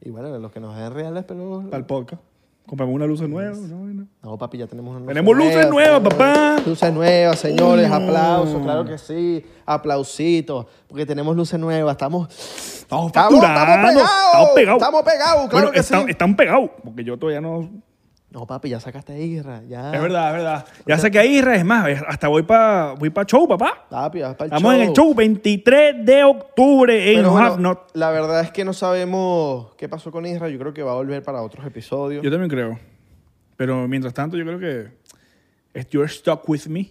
S2: Y bueno, los que nos den reales, pero.
S1: Para el podcast. Compramos una luz nueva. ¿no? Y no.
S2: No, papi, ya tenemos una luz
S1: Tenemos luces nuevas, papá. Uh.
S2: Luces nuevas, señores, aplausos, claro que sí. Aplausitos, porque tenemos luces nuevas. Estamos.
S1: Estamos
S2: Estamos- estamos
S1: facturando.
S2: pegados,
S1: Estamos pegados.
S2: estamos pegados, claro
S1: Bueno,
S2: que
S1: está-
S2: sí.
S1: Están pegados, porque yo todavía no...
S2: No, papi, ya sacaste a Isra. Ya.
S1: Es verdad, es verdad. Ya saqué a Isra, es más, hasta voy para voy pa show, papá.
S2: Papi, vas para el
S1: Estamos en el show 23 de octubre en
S2: Pero bueno,
S1: Have Not.
S2: La verdad es que no sabemos qué pasó con Isra. Yo creo que va a volver para otros episodios.
S1: Yo también creo. Pero mientras tanto, yo creo que es You're Stuck With Me.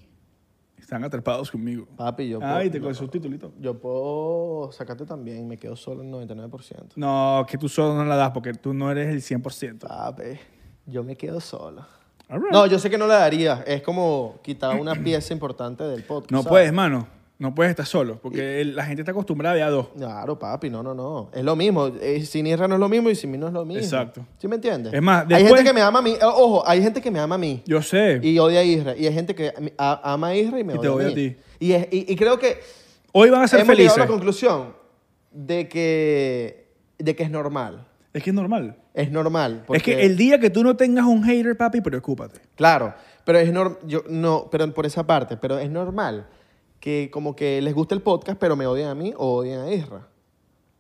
S1: Están atrapados conmigo.
S2: Papi, yo
S1: Ay, te
S2: puedo,
S1: con su titulito.
S2: yo puedo sacarte también. Me quedo solo en 99%.
S1: No, que tú solo no la das porque tú no eres el 100%.
S2: Papi, yo me quedo solo.
S1: All right.
S2: Ah. No, yo sé que no la daría. Es como quitar una pieza importante del podcast.
S1: No
S2: ¿sabes?
S1: puedes, mano. No puedes estar solo porque el- la gente está acostumbrada a ver a dos.
S2: Claro, papi, no, no, no. Es lo mismo. Eh, sin Isra no es lo mismo y sin mí no es lo mismo.
S1: Exacto.
S2: ¿Sí me entiendes?
S1: Es más,
S2: Hay
S1: después-
S2: gente que me ama a mí. Eh, Ojo, hay gente que me ama a mí.
S1: Yo sé.
S2: Y odia a Isra. Y hay gente que a- ama a Isra y me
S1: Y
S2: odia,
S1: te odia
S2: a,
S1: a
S2: mí.
S1: ti.
S2: Y, es- y- y creo que
S1: Hoy van a ser
S2: hemos llegado a
S1: felices.
S2: la conclusión de que, de que es normal.
S1: Es que es normal.
S2: Es normal.
S1: Es que el día que tú no tengas un hater, papi, preocúpate.
S2: Claro, pero es normal. Yo, no, pero por esa parte, pero es normal que como que les guste el podcast, pero me odian a mí o odian a Isra.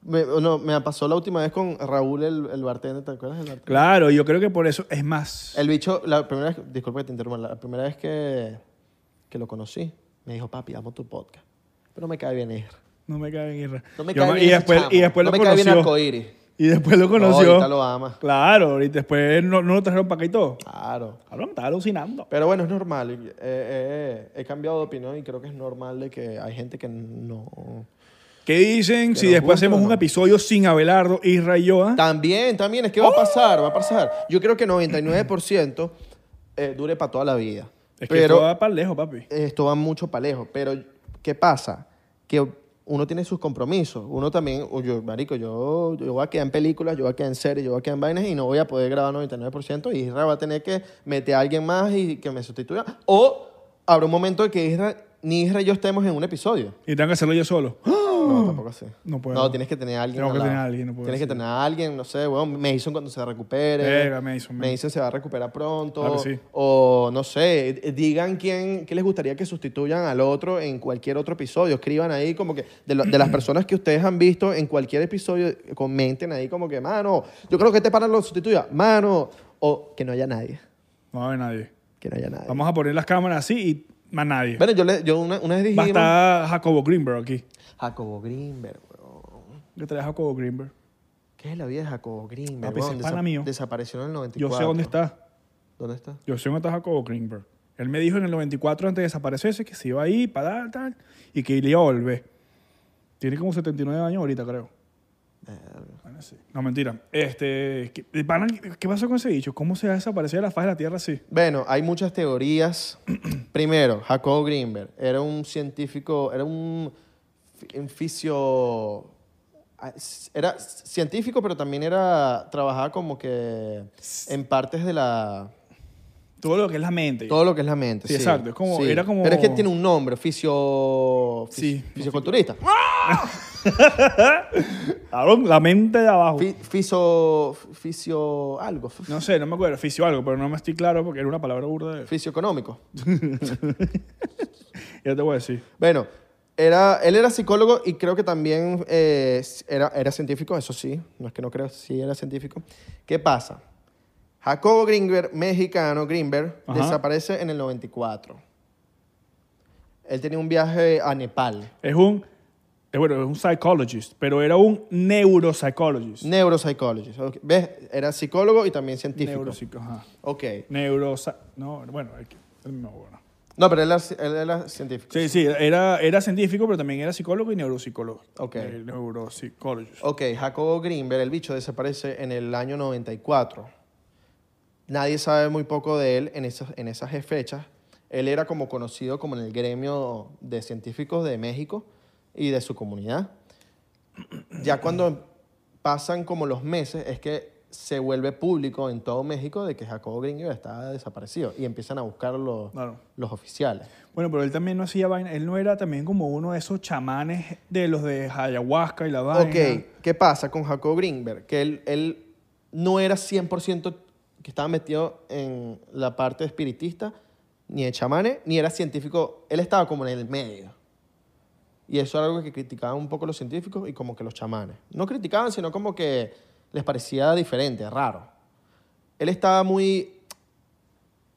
S2: Me, no, me pasó la última vez con Raúl, el, el bartender, ¿te acuerdas del bartender?
S1: Claro, yo creo que por eso es más.
S2: El bicho, la primera vez, disculpa que te interrumpa, la primera vez que, que lo conocí, me dijo, papi, amo tu podcast. Pero me cae bien Isra.
S1: No me cae bien Isra.
S2: No me
S1: Yo
S2: cae
S1: me-
S2: bien
S1: y
S2: ese
S1: después,
S2: chamo.
S1: y después
S2: No
S1: lo
S2: me cae bien
S1: conoció.
S2: Arcoíris.
S1: Y después lo conoció.
S2: ahorita lo ama.
S1: Claro, y después no, no lo trajeron para acá y todo.
S2: Claro.
S1: Cabrón, me estaba alucinando.
S2: Pero bueno, es normal. Eh, eh, eh, he cambiado de opinión y creo que es normal de que hay gente que no...
S1: ¿Qué dicen si
S2: nos
S1: después
S2: gusta
S1: hacemos
S2: o
S1: un
S2: no?
S1: episodio sin Abelardo, Isra y yo? ah?
S2: También, también, es que
S1: ¡Oh!
S2: va a pasar, va a pasar. Yo creo que 99% eh, dure para toda la vida.
S1: Es que esto
S2: pero
S1: va para lejos, papi.
S2: esto va mucho para lejos. Pero, ¿qué pasa? Que uno tiene sus compromisos. Uno también, o yo, marico, yo, yo voy a quedar en películas, yo voy a quedar en series, yo voy a quedar en vainas y no voy a poder grabar 99% y Isra va a tener que meter a alguien más y que me sustituya. O habrá un momento en que Isra, ni Isra y yo estemos en un episodio.
S1: Y tengo que hacerlo yo solo.
S2: No, tampoco así.
S1: Mm. No puedo.
S2: No, tienes que tener a alguien.
S1: Tengo
S2: al
S1: que
S2: lado.
S1: tener a alguien, no puedo
S2: Tienes que
S1: así.
S2: tener a alguien, no sé, weón. Mason cuando se recupere.
S1: Verga, Mason, man.
S2: Mason se va a recuperar pronto.
S1: Claro que sí.
S2: O no sé, eh, digan quién, qué les gustaría que sustituyan al otro en cualquier otro episodio. Escriban ahí como que de, lo- de las personas que ustedes han visto en cualquier episodio, comenten ahí como que, mano, yo creo que este para lo sustituya. Mano, o que no haya nadie.
S1: No va a haber nadie.
S2: Que no haya nadie.
S1: Vamos a poner las cámaras así y más nadie.
S2: Bueno, yo, le, yo una, una vez
S1: Va a
S2: dijimos...
S1: estar Jacobo Greenberg aquí.
S2: Jacobo Greenberg, weón.
S1: Yo trae a Jacobo Greenberg.
S2: ¿Qué es la vida de Jacobo Greenberg?
S1: Papi, ese
S2: weón?
S1: es pana mío.
S2: Desapareció en el
S1: Yo
S2: 94.
S1: sé dónde está.
S2: ¿Dónde está?
S1: Yo soy un atajo Jacobo Greenberg. Él me dijo en el 94, antes de desaparecerse, que se iba a ir para tal, tal, y que iba a volver. Tiene como 79 años ahorita, creo. Bueno, sí. No, mentira. Este, ¿qué, el pana- ¿Qué pasó con ese dicho? ¿Cómo se ha desaparecido de la faz de la Tierra así?
S2: Bueno, hay muchas teorías. Primero, Jacobo Greenberg era un científico, era un, fi- un fisio... ah, Era científico, pero también era trabajaba como que en partes de la...
S1: Todo lo que es la mente.
S2: Todo lo que es la mente.
S1: Sí,
S2: Sí,
S1: exacto, es como- era como-
S2: Pero es que tiene un nombre, fisio...
S1: Sí.
S2: Fisioculturista.
S1: Cabrón, la mente de abajo.
S2: Fi- Fisio... Fisio... Algo.
S1: no sé, no me acuerdo. Fisio algo, pero no me estoy claro porque era una palabra burda. de-
S2: Fisioeconómico.
S1: Ya te voy a decir.
S2: Bueno, era, él era psicólogo y creo que también eh, era, era científico, eso sí, no es que no creo, sí era científico. ¿Qué pasa? Jacobo Greenberg, mexicano Greenberg,
S1: Ajá.
S2: desaparece en el 94. Él tenía un viaje a Nepal,
S1: Es un... Es bueno, es un psychologist, pero era un neuropsychologist.
S2: neuropsychologist. ok. ¿Ves? Era psicólogo y también científico.
S1: Neuropsico, ajá.
S2: ok.
S1: Neurosa. No, bueno, es que- el mismo huevona.
S2: No, pero él era, él era científico.
S1: Sí, sí, era, era científico, pero también era psicólogo y neuropsicólogo.
S2: Ok.
S1: Eh, neuropsicólogo.
S2: Ok, Jacobo Greenberg, el bicho, desaparece en el año 94. Nadie sabe muy poco de él en esas, en esas e fechas. Él era como conocido como en el gremio de científicos de México y de su comunidad. Ya cuando pasan como los meses es que se vuelve público en todo México de que Jacobo Greenberg está desaparecido y empiezan a buscar los,
S1: Claro.
S2: los oficiales.
S1: Bueno, pero él también no hacía vaina. Él no era también como uno de esos chamanes de los de ayahuasca y la vaina.
S2: Ok, ¿qué pasa con Jacob Greenberg? Que él, él no era 100% que estaba metido en la parte espiritista, ni de chamanes, ni era científico. Él estaba como en el medio. Y eso era algo que criticaban un poco los científicos y como que los chamanes. No criticaban, sino como que les parecía diferente, raro. Él estaba muy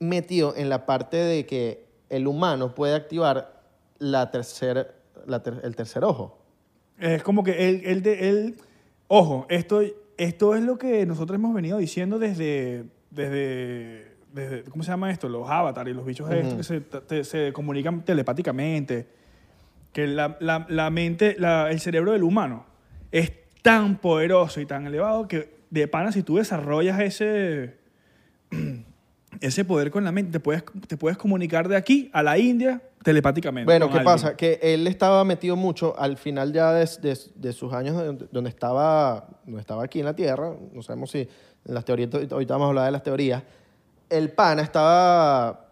S2: metido en la parte de que el humano puede activar la tercer, la ter- el tercer ojo.
S1: Es como que él, él, de- él- ojo, esto, esto es lo que nosotros hemos venido diciendo desde, desde, desde- ¿cómo se llama esto? Los avatares, los bichos estos que se, te- se comunican telepáticamente. Que la, la- la mente, la- el cerebro del humano es tan poderoso y tan elevado que de pana si tú desarrollas ese, ese poder con la mente, te puedes, te puedes comunicar de aquí a la India telepáticamente.
S2: Bueno,
S1: con
S2: ¿qué
S1: alguien.
S2: pasa? Que él estaba metido mucho al final ya de, de- de sus años donde- donde estaba, donde estaba aquí en la Tierra. No sabemos si en las teorías, ahorita ahorita vamos a hablar de las teorías. El pana estaba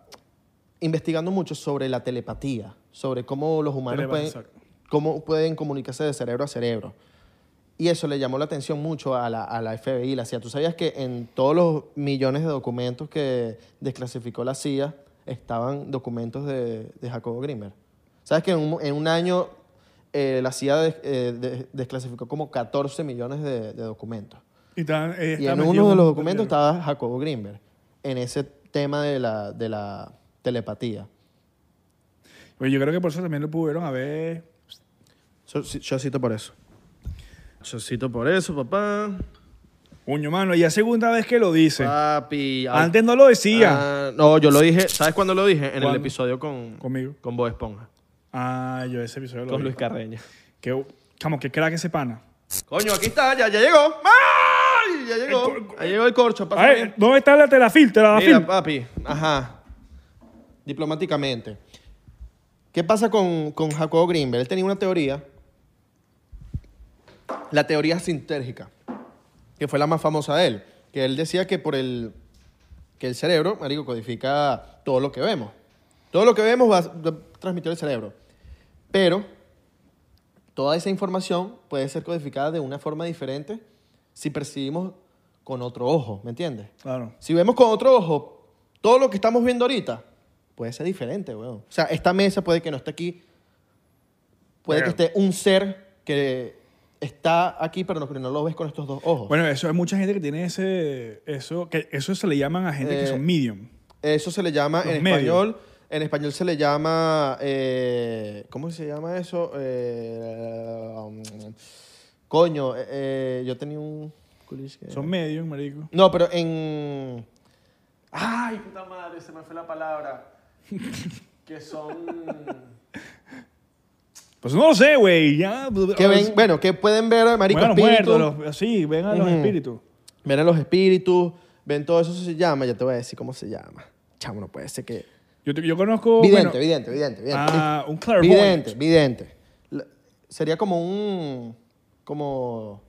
S2: investigando mucho sobre la telepatía, sobre cómo los humanos
S1: Telepa-
S2: pueden,
S1: exacto.
S2: cómo pueden comunicarse de cerebro a cerebro. Y eso le llamó la atención mucho a la, a la FBI, la CIA. ¿Tú sabías que en todos los millones de documentos que desclasificó la CIA estaban documentos de, de Jacobo Grimmer? ¿Sabes que en un, en un año eh, la CIA des- eh, de- desclasificó como 14 millones de, de documentos?
S1: Y, tan- eh,
S2: Y
S1: está
S2: en
S1: metido
S2: uno de los
S1: un-
S2: documentos estaba Jacobo Grimmer, en ese tema de la, de la telepatía.
S1: Pues yo creo que por eso también lo pudieron haber.
S2: Yo, yo cito por eso. Yo cito por eso, papá.
S1: Coño, mano, y es segunda vez que lo dice.
S2: Papi. ay-
S1: Antes no lo decía.
S2: Ah, no, yo lo dije. ¿Sabes cuándo lo dije? En el
S1: ¿Cuándo?
S2: episodio con,
S1: Conmigo.
S2: con Bob Esponja.
S1: Ah, yo ese episodio lo
S2: Con
S1: vi.
S2: Luis Carreño.
S1: Que, chamo, que crack ese pana.
S2: Coño, aquí está, ya, ya llegó. ¡Ay! Ya llegó. Ahí llegó el corcho. pásame.
S1: Ay, ¿Dónde está la telafil?
S2: Mira,
S1: Telafil.
S2: papi. Ajá. Diplomáticamente. ¿Qué pasa con, con Jacobo Greenberg? Él tenía una teoría. La teoría sintérgica. Que fue la más famosa de él. Que él decía que por el. que el cerebro, marico, codifica todo lo que vemos. Todo lo que vemos va a transmitir el cerebro. Pero toda esa información puede ser codificada de una forma diferente si percibimos con otro ojo, ¿me entiendes?
S1: Claro.
S2: Si vemos con otro ojo, todo lo que estamos viendo ahorita puede ser diferente, weón. O sea, esta mesa puede que no esté aquí. Puede que
S1: Claro.
S2: esté un ser que está aquí, pero no, no lo ves con estos dos ojos.
S1: Bueno, eso hay mucha gente que tiene ese. Eso, que eso se le llaman a gente
S2: Eh,
S1: que son medium.
S2: Eso se le llama
S1: Los
S2: en
S1: medios.
S2: español. En español se le llama. eh, ¿Cómo se llama eso? Eh, um, coño, eh, eh, yo tenía un. culis que-
S1: Son medium, marico.
S2: No, pero en. ¡Ay, puta madre! Se me fue la palabra. que son.
S1: Pues no lo sé, güey. Ya. pues,
S2: Que ven, bueno, que pueden ver, marico,
S1: Ven a los
S2: espíritus.
S1: muertos, los- sí, ven a los
S2: Ujú.
S1: espíritus.
S2: Ven a los espíritus, ven todo eso, eso se llama. Ya te voy a decir cómo se llama. Chamo, no puede ser que...
S1: Yo, te- yo conozco.
S2: Vidente,
S1: Oh, bueno,
S2: vidente, vidente, vidente.
S1: Ah,
S2: listo.
S1: un clairvoyant.
S2: Vidente, vidente. La- sería como un... Como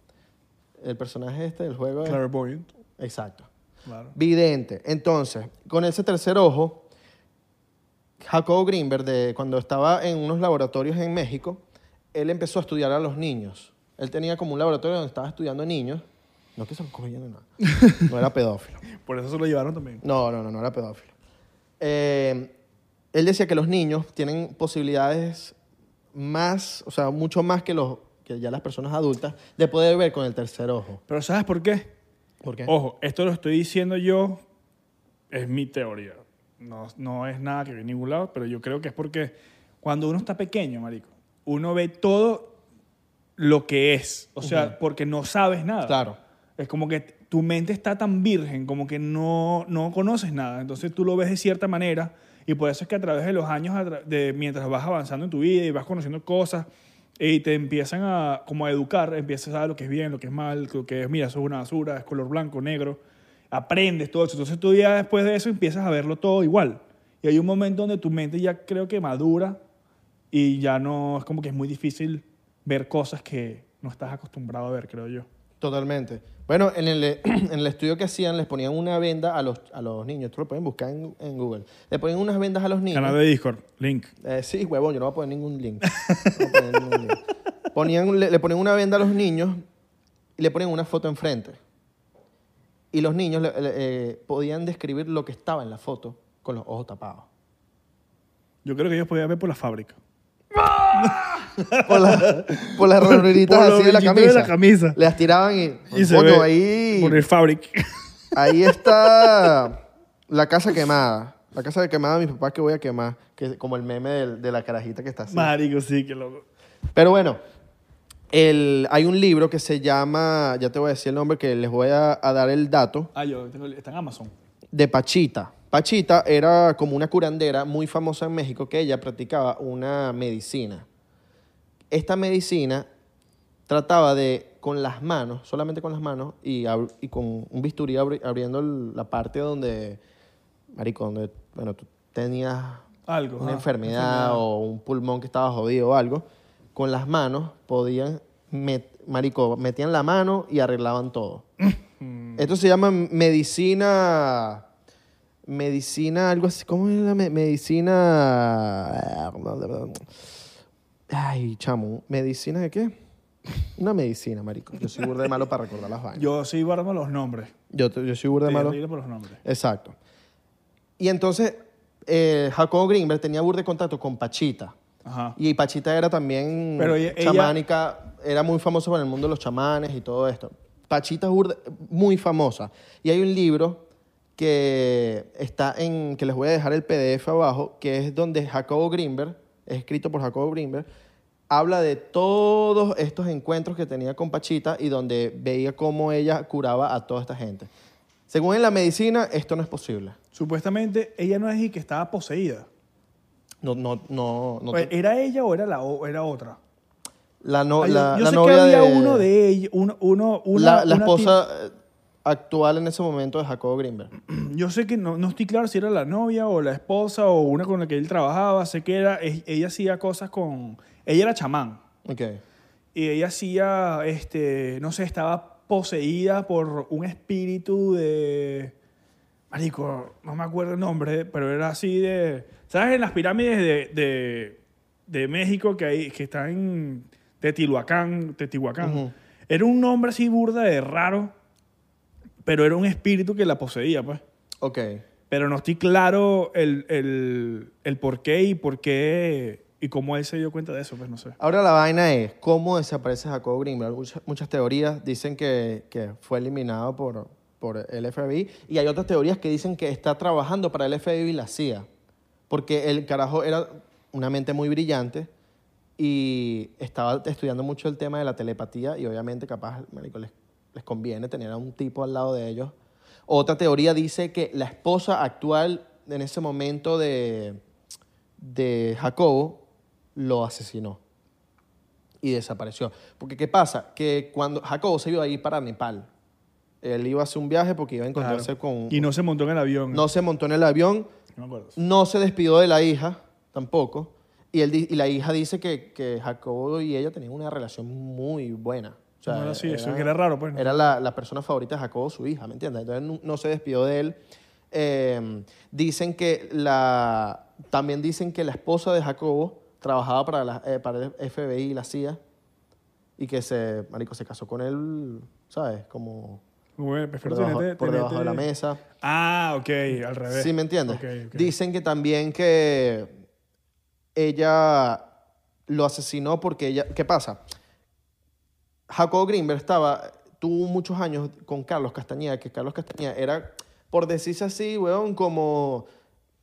S2: el personaje este del juego. de-
S1: Clairvoyant.
S2: Exacto.
S1: Claro.
S2: Vidente. Entonces, con ese tercer ojo, Jacob Greenberg, de, cuando estaba en unos laboratorios en México, él empezó a estudiar a los niños. Él tenía como un laboratorio donde estaba estudiando niños. No que se los cogían ni nada. No era pedófilo.
S1: Por eso se lo llevaron también.
S2: No, no, no, no era pedófilo. Eh, él decía que los niños tienen posibilidades más, o sea, mucho más que, los, que ya las personas adultas de poder ver con el tercer ojo.
S1: Pero ¿sabes por qué?
S2: ¿Por qué?
S1: Ojo, esto lo estoy diciendo yo, es mi teoría. No, no es nada que viene de ningún lado, pero yo creo que es porque cuando uno está pequeño, marico, uno ve todo lo que es. O sea, porque no sabes nada.
S2: Claro.
S1: Es como que tu mente está tan virgen, como que no, no conoces nada. Entonces tú lo ves de cierta manera y por eso es que a través de los años, a tra- de, mientras vas avanzando en tu vida y vas conociendo cosas y te empiezan a, como a educar, empiezas a saber lo que es bien, lo que es mal, lo que es, mira, eso es una basura, es color blanco, negro, aprendes todo eso. Entonces tú ya después de eso empiezas a verlo todo igual. Y hay un momento donde tu mente ya creo que madura y ya no, es como que es muy difícil ver cosas que no estás acostumbrado a ver, creo yo.
S2: Totalmente. Bueno, en el, en el estudio que hacían les ponían una venda a los, a los niños. Esto lo pueden buscar en, en Google. Le ponían unas vendas a los niños.
S1: Canal de Discord, link.
S2: Eh, sí, huevón, yo no voy a poner ningún link. No voy a poner ningún link. Ponían, le, le ponían una venda a los niños y le ponían una foto enfrente. Y los niños le- le- eh, podían describir lo que estaba en la foto con los ojos tapados.
S1: Yo creo que ellos podían ver por la fábrica.
S2: Por, la- por las ranuritas
S1: Por los
S2: así de la
S1: brillitos
S2: camisa.
S1: de la camisa.
S2: Las tiraban y,
S1: Y se
S2: coño,
S1: ve
S2: ahí,
S1: por el fabric.
S2: ahí está la casa quemada. La casa quemada de mis papás que voy a quemar. Que, como el meme del- de la carajita que está así.
S1: Marico, sí, que loco.
S2: Pero bueno, el, hay un libro que se llama, ya te voy a decir el nombre, que les voy a, a dar el dato,
S1: Ah, yo tengo- está en Amazon.
S2: de Pachita. Pachita era como una curandera muy famosa en México que ella practicaba una medicina. Esta medicina trataba de, con las manos, solamente con las manos, y, abr- y con un bisturí abri- abriendo el- la parte donde, marico, donde, bueno, tú tenías
S1: Algo.
S2: una
S1: ah,
S2: enfermedad, o un pulmón que estaba jodido o algo, con las manos podían, met- marico, metían la mano y arreglaban todo.
S1: Mm.
S2: Esto se llama medicina, medicina, algo así, ¿cómo es la me- medicina? Ay, chamo, ¿medicina de qué? Una medicina, marico. Yo soy burda de malo para recordar las vainas.
S1: Yo sí guardo los nombres.
S2: Yo, te- yo soy burda de
S1: Sí,
S2: malo.
S1: yo por los nombres.
S2: Exacto. Y entonces, eh, Jacobo Greenberg tenía burda de contacto con Pachita.
S1: Ajá.
S2: Y Pachita era también
S1: Pero ella- ella-
S2: chamánica, era muy famosa para el mundo de los chamanes y todo esto. Pachita es burda- muy famosa. Y hay un libro que está en, que les voy a dejar el PDF abajo, que es donde Jacobo Greenberg, escrito por Jacobo Greenberg, habla de todos estos encuentros que tenía con Pachita y donde veía cómo ella curaba a toda esta gente. Según en la medicina, esto no es posible.
S1: Supuestamente ella no es y que estaba poseída.
S2: No, no, no, no.
S1: Pues,
S2: te-
S1: ¿Era ella o era, la, o era otra?
S2: La, no,
S1: Ay,
S2: la,
S1: yo
S2: la
S1: sé que
S2: novia
S1: había uno de ellos, uno, uno, una,
S2: la, la
S1: una
S2: esposa eh, actual en ese momento de Jacobo Greenberg.
S1: ti- Yo sé que no, no estoy claro si era la novia o la esposa o una con la que él trabajaba. Sé que era, e- ella hacía cosas con... Ella era chamán.
S2: Ok.
S1: Y ella hacía, este, no sé, estaba poseída por un espíritu de... Marico, no me acuerdo el nombre, pero era así de... ¿Sabes? En las pirámides de, de, de México que, hay, que están en Teotihuacán, Teotihuacán.
S2: Ujú.
S1: Era un nombre así burda de raro, pero era un espíritu que la poseía, pues.
S2: Ok.
S1: Pero no estoy claro el, el, el por qué y por qué y cómo él se dio cuenta de eso, pues no sé.
S2: Ahora la vaina es, ¿cómo desaparece Jacobo Greenberg? Muchas, muchas teorías dicen que, que fue eliminado por, por el FBI y hay otras teorías que dicen que está trabajando para el FBI y la CIA. Porque el carajo era una mente muy brillante y estaba estudiando mucho el tema de la telepatía y obviamente capaz marico, les, les conviene tener a un tipo al lado de ellos. Otra teoría dice que la esposa actual en ese momento de, de Jacobo lo asesinó y desapareció. Porque ¿qué pasa? Que cuando Jacobo se iba a ir para Nepal, él iba a hacer un viaje porque iba a encontrarse
S1: Claro.
S2: con...
S1: Y no se montó en el avión.
S2: no se montó en el avión,
S1: No me acuerdo.
S2: no se despidió de la hija tampoco. Y, él, di- y la hija dice que, que Jacobo y ella tenían una relación muy buena. O sea,
S1: No era así, eso que era raro, pues, ¿no?
S2: Era la, la persona favorita de Jacobo, su hija, ¿me entiendes? Entonces nu- no, se despidió de él. Eh, dicen que la. También dicen que la esposa de Jacobo trabajaba para, la- eh, para el FBI y la CIA y que se, marico, se casó con él, ¿sabes? Como
S1: Bueno, prefiero
S2: por debajo,
S1: tenerte-
S2: por debajo de la
S1: tenerte-
S2: mesa.
S1: Ah, ok, al revés.
S2: Sí, ¿me entiendes?
S1: Ok, ok.
S2: Dicen que también que ella lo asesinó porque ella... ¿Qué pasa? Jacobo Greenberg estaba... Tuvo muchos años con Carlos Castañeda, que Carlos Castañeda era, por decirse así, weón, como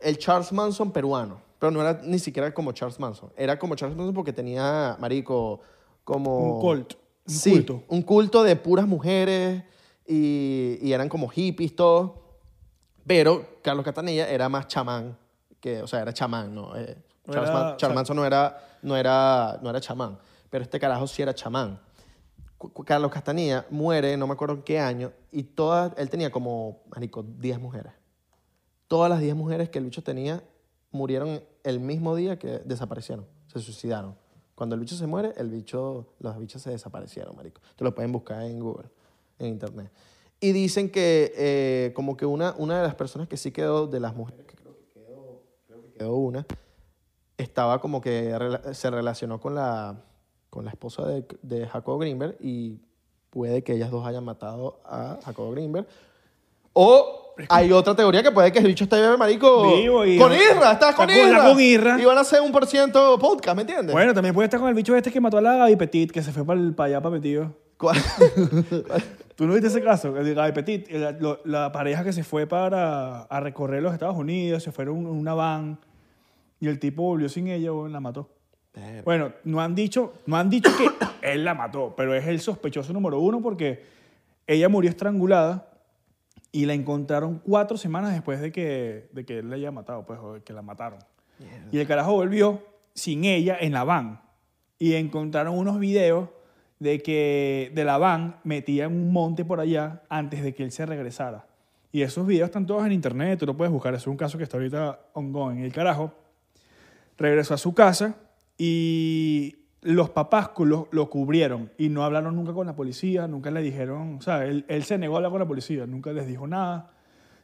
S2: el Charles Manson peruano. Pero no era ni siquiera como Charles Manson. Era como Charles Manson porque tenía, marico, como...
S1: Un cult, un
S2: Sí,
S1: culto.
S2: un culto de puras mujeres y, y eran como hippies todo. Pero Carlos Catanilla era más chamán, que, o sea, era chamán, ¿no? Eh,
S1: No
S2: Charles,
S1: era-
S2: Man- Charles
S1: o sea-
S2: Manson no era, no, era, no era chamán, pero este carajo sí era chamán. Cu- cu- Carlos Castanilla muere, no me acuerdo en qué año, y todas, él tenía como, marico, 10 mujeres. Todas las 10 mujeres que Lucho tenía murieron el mismo día que desaparecieron, se suicidaron. Cuando el bicho se muere, el bicho, los bichos se desaparecieron, marico. Te lo pueden buscar en Google, en internet. Y dicen que eh, como que una, una de las personas que sí quedó, de las mujeres que creo que quedó, creo que quedó una, estaba como que rela- se relacionó con la, con la esposa de, de Jacob Greenberg y puede que ellas dos hayan matado a Jacob Greenberg. O hay otra teoría que puede que el bicho esté marico
S1: Vivo y-
S2: con Irra, estás con
S1: Está con-
S2: Irra.
S1: está con Irra.
S2: Y van a hacer un por ciento podcast, ¿me entiendes?
S1: Bueno, también puede estar con el bicho este que mató a la Gaby Petit, que se fue para allá para metido.
S2: ¿Cuál?
S1: ¿Tú no viste ese caso? El de Gaby Petit, el- lo- la, pareja que se fue para a recorrer los Estados Unidos, se fueron en una van y el tipo volvió sin ella, weón, la mató. Bueno, no han dicho, no han dicho que él la mató, pero es el sospechoso número uno porque ella murió estrangulada y la encontraron cuatro semanas después de que, de que él la haya matado, pues, o que la mataron. Y el carajo volvió sin ella en la van y encontraron unos videos de que de la van metía en un monte por allá antes de que él se regresara. Y esos videos están todos en internet, tú lo puedes buscar, es un caso que está ahorita ongoing. El carajo regresó a su casa y los papás cu- lo, lo cubrieron y no hablaron nunca con la policía, nunca le dijeron, o sea, él, él se negó a hablar con la policía, nunca les dijo nada.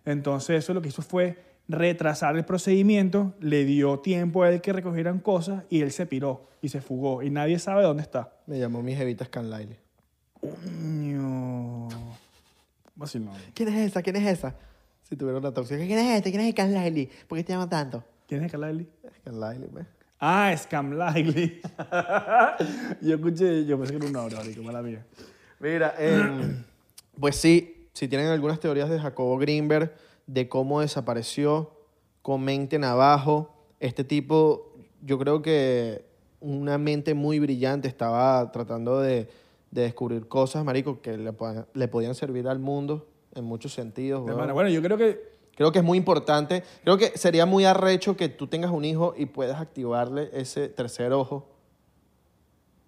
S1: Entonces eso lo que hizo fue retrasar el procedimiento, le dio tiempo a él que recogieran cosas y él se piró y se fugó y nadie sabe dónde está.
S2: Me llamó mi jevita Scanlyle.
S1: Coño. Vacilón.
S2: ¿Quién es esa? ¿Quién es esa? Si tuviera una tóxica. ¿Quién es este? ¿Quién es Scanlyle? ¿Por qué te llaman tanto?
S1: ¿Quién es Carlisle?
S2: Scanlyle, pues.
S1: Ah, Scam Lively. yo escuché, yo pensé que era una hora, marico, mala mía.
S2: Mira, em, pues sí, si tienen algunas teorías de Jacobo Greenberg, de cómo desapareció, comenten abajo. Este tipo, yo creo que una mente muy brillante estaba tratando de, de descubrir cosas, marico, que le, puedan- le podían servir al mundo en muchos sentidos. weón.
S1: Hermano, bueno, yo creo que
S2: Creo que es muy importante. Creo que sería muy arrecho que tú tengas un hijo y puedas activarle ese tercer ojo.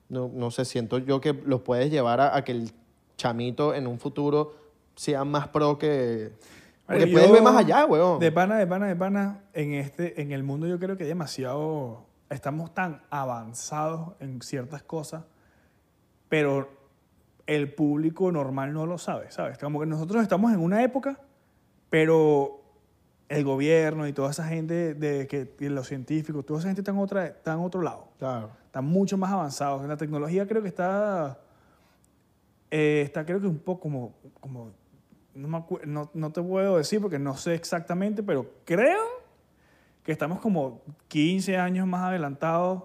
S2: No, no sé, siento yo que lo puedes llevar a, a que el chamito en un futuro sea más pro que... Porque
S1: Marico,
S2: puedes
S1: yo-
S2: ver más allá, weón.
S1: De pana, de pana, de pana, en, este, en el mundo yo creo que demasiado, estamos tan avanzados en ciertas cosas, pero el público normal no lo sabe, ¿sabes? Como que nosotros estamos en una época, pero el gobierno y toda esa gente, de que, y los científicos, toda esa gente está en, otra, está en otro lado
S2: Claro.
S1: están mucho más avanzados. La tecnología creo que está, eh, está creo que un poco como, como no, me acue- no, no te puedo decir porque no sé exactamente, pero creo que estamos como 15 años más adelantados.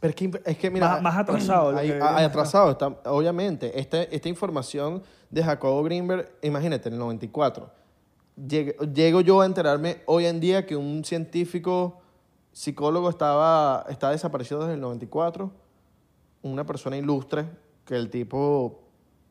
S2: Pero es que, es que, mira... eh,
S1: Más- más atrasado, lo
S2: hay-
S1: que
S2: ah, hay
S1: deberíamos
S2: atrasado, está- obviamente. Este- esta información de Jacobo Greenberg, imagínate, en el 94. Lleg- llego yo a enterarme hoy en día que un científico psicólogo estaba, está desaparecido desde el 94. Una persona ilustre que el tipo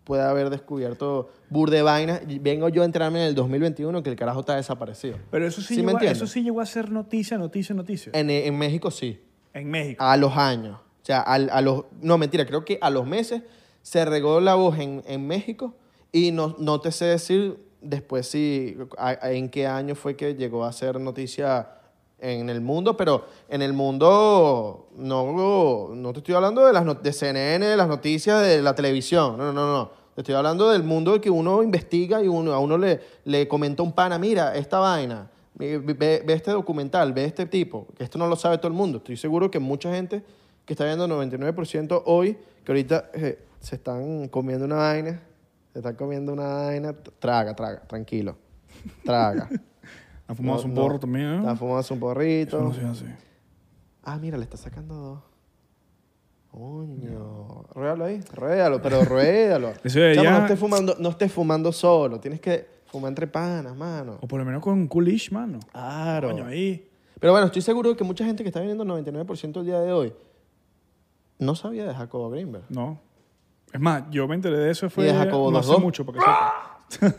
S2: puede haber descubierto burde vainas. Y Vengo yo a enterarme en el 2021 que el carajo está desaparecido.
S1: Pero eso sí,
S2: ¿Sí me
S1: llegó, a-
S2: entiendes?
S1: eso sí llegó a ser noticia, noticia, noticia. En,
S2: En, Ah, en México sí.
S1: México.
S2: A los años. O sea, al- a los. No, mentira, creo que a los meses se regó la voz en, en México y no, no te sé decir después si a- a- en qué año fue que llegó a ser noticia en el mundo, pero en el mundo no, no te estoy hablando de las not- de CNN, de las noticias de la televisión, no, no, no, no. Te estoy hablando del mundo que uno investiga y uno, a uno le, le comenta un pana, mira, esta vaina, ve, ve- ve este documental, ve este tipo, que esto no lo sabe todo el mundo. Estoy seguro que mucha gente que está viendo 99% hoy, que ahorita eh, se están comiendo una vaina, se están comiendo una vaina, traga, traga, tranquilo, traga.
S1: Han fumado
S2: No,
S1: un
S2: no.
S1: porro también,
S2: Están
S1: ¿no?
S2: fumando un
S1: Eso
S2: porrito.
S1: no se hace.
S2: Ah, mira, le está sacando dos. Coño. Ruédalo ahí. Ruédalo, pero ruédalo.
S1: Eso de
S2: Chamo,
S1: ya-
S2: no, estés fumando, no estés fumando solo. Tienes que fumar entre panas, mano.
S1: O por lo menos con un coolish, mano.
S2: Claro.
S1: Coño, ahí.
S2: Pero bueno, estoy seguro que mucha gente que está viendo el 99% el día de hoy no sabía de Jacobo Greenberg.
S1: No. Es más, yo me enteré de eso fue
S2: de Jacobo
S1: no
S2: los
S1: hace
S2: dos?
S1: mucho, porque sepa.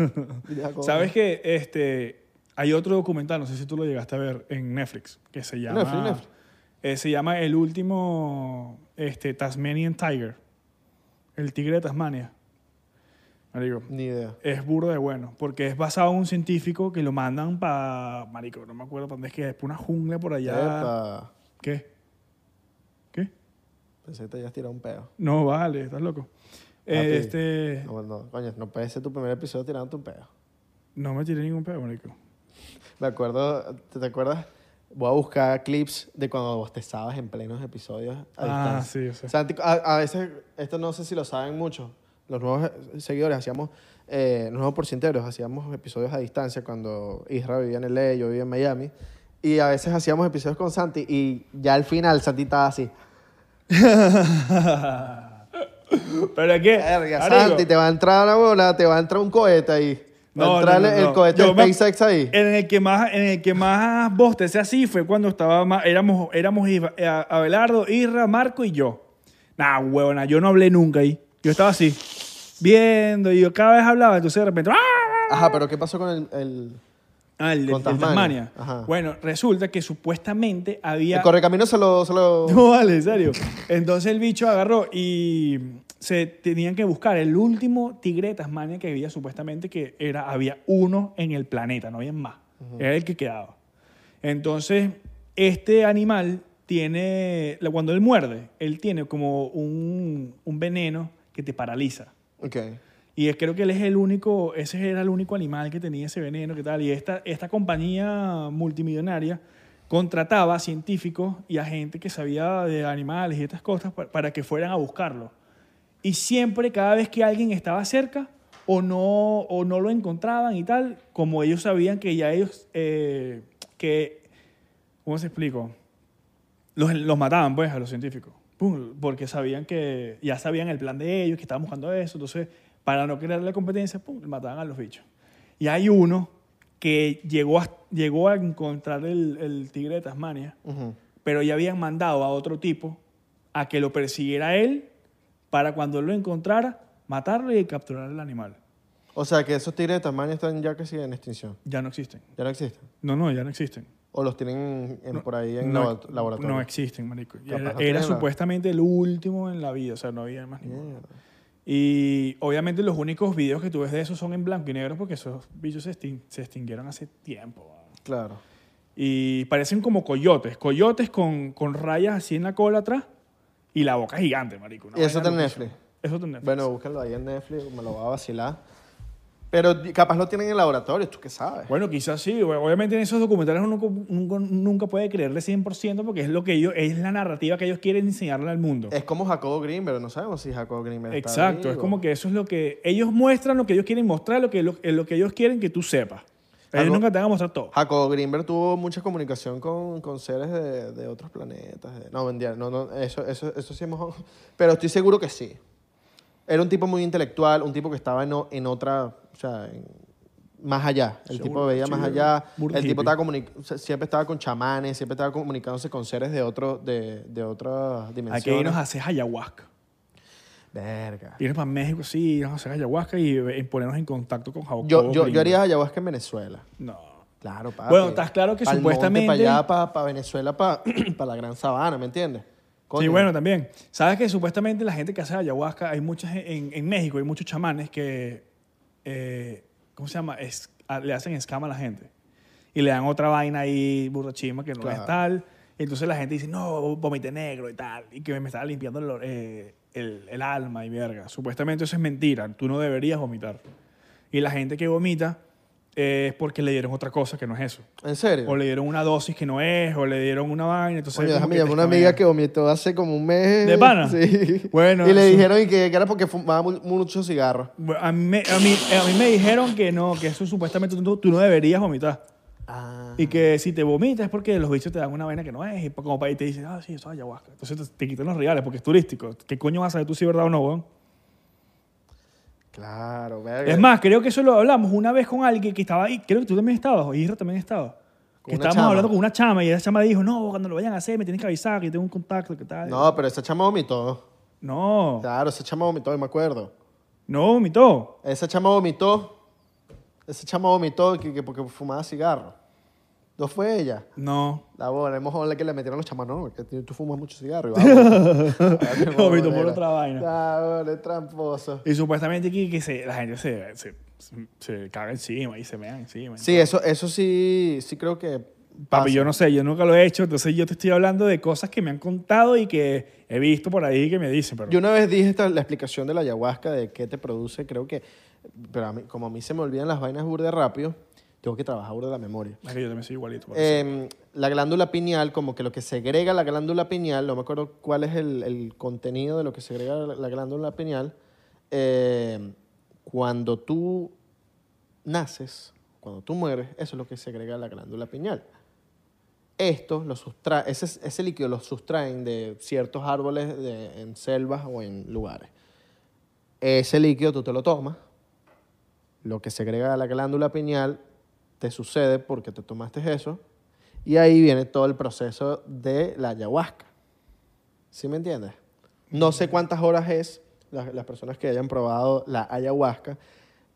S2: Y de Jacobo
S1: ¿Sabes que este, hay otro documental, no sé si tú lo llegaste a ver, en Netflix, que se llama...
S2: Netflix, Netflix.
S1: eh, se llama El último este, Tasmanian Tiger. El tigre de Tasmania. Marico,
S2: Ni idea.
S1: es burro de bueno, porque es basado en un científico que lo mandan para... Marico, no me acuerdo dónde es que es, pa' una jungla por allá.
S2: Epa.
S1: ¿Qué? ¿Qué?
S2: Pensé que te habías tirado un pedo.
S1: No, vale, estás loco. Eh,
S2: Papi,
S1: este,
S2: Ah, No, no, coño, no puede ser tu primer episodio tirándote un pedo.
S1: no me tiré ningún pedo, marico.
S2: Me acuerdo, ¿te, te acuerdas? Voy a buscar clips de cuando bostezabas en plenos episodios a
S1: Ah,
S2: distancia.
S1: sí, o sea.
S2: Santi, a, a veces, esto no sé si lo saben mucho, los nuevos seguidores hacíamos, eh, los nuevos porcienteros, hacíamos episodios a distancia cuando Isra vivía en LA, yo vivía en Miami, y a veces hacíamos episodios con Santi y ya al final Santi estaba así,
S1: Pero es que.
S2: verga,
S1: marico,
S2: Santi, te va a entrar una bola, te va a entrar un cohete ahí, va
S1: No,
S2: a entrar
S1: no, no,
S2: el,
S1: no.
S2: cohete
S1: Yo me-
S2: de SpaceX ahí.
S1: En el que más, en el que más bostecé así fue cuando estaba más, éramos, éramos Isra- eh, Abelardo, Irra, Marco y yo. Nah, huevona, yo no hablé nunca ahí. Yo estaba así, viendo, y yo cada vez hablaba, entonces de repente. ¡ah!
S2: Ajá, pero ¿qué pasó con el, el,
S1: Ah, el de
S2: Con
S1: el Tasmania.
S2: Tasmania. Ajá.
S1: Bueno, resulta que supuestamente
S2: el
S1: había.
S2: correcamino? Se lo... Se lo...
S1: No vale, en serio. Entonces el bicho agarró y se tenían que buscar el último tigre de Tasmania que había supuestamente que era había uno en el planeta, no había más. Era el que quedaba. Entonces este animal tiene la- cuando él muerde, él tiene como un, un veneno que te paraliza.
S2: Ok.
S1: Y es- creo que él es el único, ese era el único animal que tenía ese veneno, ¿qué tal? Y esta, esta compañía multimillonaria contrataba a científicos y a gente que sabía de animales y estas cosas pa- para, que fueran a buscarlo. Y siempre, cada vez que alguien estaba cerca o no, o no lo encontraban y tal, como ellos sabían que ya ellos, eh, que, ¿cómo se explico? los, los mataban, pues, a los científicos. Pum, porque sabían que ya sabían el plan de ellos, que estaban buscando eso. Entonces, para no crear la competencia, pum, mataban a los bichos. Y hay uno que llegó a, llegó a encontrar el, el tigre de Tasmania,
S2: Ujú.
S1: pero ya habían mandado a otro tipo a que lo persiguiera a él para cuando él lo encontrara, matarlo y capturar al animal.
S2: O sea que esos tigres de Tasmania están ya casi en extinción.
S1: Ya no existen.
S2: Ya no existen.
S1: No, no, ya no existen.
S2: O los tienen en- por ahí en
S1: no,
S2: labo- laboratorio.
S1: No existen, marico.
S2: Capaz no
S1: Era,
S2: tienen
S1: era
S2: nada.
S1: supuestamente el último en la vida, o sea, no había más ninguno.
S2: Mierda.
S1: Y obviamente los únicos videos que tú ves de eso son en blanco y negro porque esos bichos se, extin- se extinguieron hace tiempo. weón.
S2: Claro.
S1: Y parecen como coyotes, coyotes con, con rayas así en la cola atrás y la boca gigante, marico. una
S2: Y
S1: vaina
S2: eso está en
S1: loquísima.
S2: Netflix.
S1: Eso está en Netflix.
S2: Bueno, búscalo ahí en Netflix, me lo va a vacilar. Pero di- capaz lo tienen en laboratorio, tú qué sabes.
S1: Bueno, quizás sí. güey. Obviamente en esos documentales uno co- nunca, nunca puede creerle 100% porque es lo que ellos, es la narrativa que ellos quieren enseñarle al mundo.
S2: Es como Jacobo Greenberg, no sabemos si Jacobo Greenberg está
S1: Exacto, es
S2: vivo.
S1: como que eso es lo que ellos muestran, lo que ellos quieren mostrar, lo que, lo, lo que ellos quieren que tú sepas. Ellos
S2: Algo-
S1: nunca te van a mostrar todo.
S2: Jacobo Greenberg tuvo mucha comunicación con, con seres de, de otros planetas. de- No, mentira, no, no, eso, eso, eso sí es mejor. Pero estoy seguro que sí. Era un tipo muy intelectual, un tipo que estaba en, o- en otra, o sea, en- más allá. El
S1: Seguro,
S2: tipo veía
S1: sí,
S2: más allá.
S1: burda
S2: El tipo
S1: hippie.
S2: estaba comuni- o sea, siempre estaba con chamanes, siempre estaba comunicándose con seres de, otro, de, de otras
S1: Hay que irnos a
S2: dimensiones.
S1: hacer ayahuasca.
S2: Verga.
S1: Irnos para México, sí, irnos a hacer ayahuasca y, eh, ponernos en contacto con Jacobo.
S2: Yo, yo,
S1: Greenberg.
S2: yo haría ayahuasca en Venezuela.
S1: No.
S2: Claro, papi.
S1: Bueno, estás claro que supuestamente-
S2: Para allá, para Venezuela, para la gran sabana, ¿me entiendes?
S1: Sí,
S2: Coño,
S1: bueno, también. Sabes que supuestamente la gente que hace ayahuasca, hay muchas en, en México, hay muchos chamanes que, eh, ¿cómo se llama? Es- a- le hacen escama a la gente. Y le dan otra vaina ahí, burrachima, que no
S2: Claro.
S1: es tal. Y entonces la gente dice, no, vomité negro y tal. Y que me estaba limpiando el, or- eh, el- el alma y verga. Supuestamente eso es mentira. Tú no deberías vomitar. Y la gente que vomita eh, es porque le dieron otra cosa que no es eso.
S2: ¿En serio?
S1: O le dieron una dosis que no es, o le dieron una vaina. Entonces,
S2: Coño,
S1: como
S2: déjame
S1: que
S2: llamar a una
S1: descabellan.
S2: amiga que vomitó hace como un mes.
S1: ¿De pana?
S2: Sí.
S1: Bueno,
S2: Y le
S1: eso-
S2: dijeron y que que era porque fumaba mu- mucho cigarro.
S1: Bueno, A mí, me- a, mí, a mí me dijeron que no, que eso supuestamente tú, tú no deberías vomitar.
S2: Ah.
S1: Y que si te vomitas es porque los bichos te dan una vaina que no es. Y pa- como para ahí te dicen, ah, sí, eso es ayahuasca. Entonces te, te quitan los regalos porque es turístico. ¿Qué coño vas a saber tú si es verdad o no, weón?
S2: Claro, verga.
S1: Es más, creo que eso lo hablamos una vez con alguien que estaba ahí. Creo que tú también estabas, o Isra también estaba. Que
S2: Con una
S1: estábamos
S2: chama.
S1: hablando con una chama y esa chama dijo, no, cuando lo vayan a hacer me tienes que avisar que tengo un contacto, que tal.
S2: No, pero esa chama vomitó.
S1: no,
S2: Claro, esa chama vomitó, yo me acuerdo.
S1: no vomitó.
S2: Esa chama vomitó. Esa chama vomitó que, que porque fumaba cigarro. No fue ella.
S1: No.
S2: La bola, Ah, hemos hablado que le metieron los chamanos, que tú tú fumas mucho cigarro. y va, bola.
S1: Vomitó por otra vaina.
S2: La bola, Ah, es tramposo.
S1: Y supuestamente que, que se- la gente se, se, se- se caga encima y se mea encima.
S2: Sí, eso, eso sí, sí creo que
S1: Papi, yo no sé, yo nunca lo he hecho, entonces yo te estoy hablando de cosas que me han contado y que he visto por ahí que me dicen, pero
S2: Yo una vez dije esta- la explicación de la ayahuasca, de qué te produce, creo que, pero a mí- como a mí se me olvidan las vainas burde rápido, tengo que trabajar burde la memoria.
S1: es que yo también soy igualito. por eso.
S2: Eh, la glándula pineal, como que lo que segrega la glándula pineal, no me acuerdo cuál es el, el contenido de lo que segrega la, la glándula pineal, eh, cuando tú naces, cuando tú mueres, eso es lo que segrega la glándula pineal. Esto, lo sustra- ese, ese líquido lo sustraen de ciertos árboles de- en selvas o en lugares. Ese líquido tú te lo tomas, lo que segrega la glándula pineal te sucede porque te tomaste eso y ahí viene todo el proceso de la ayahuasca. ¿Sí me entiendes? No sé cuántas horas es las, las personas que hayan probado la ayahuasca,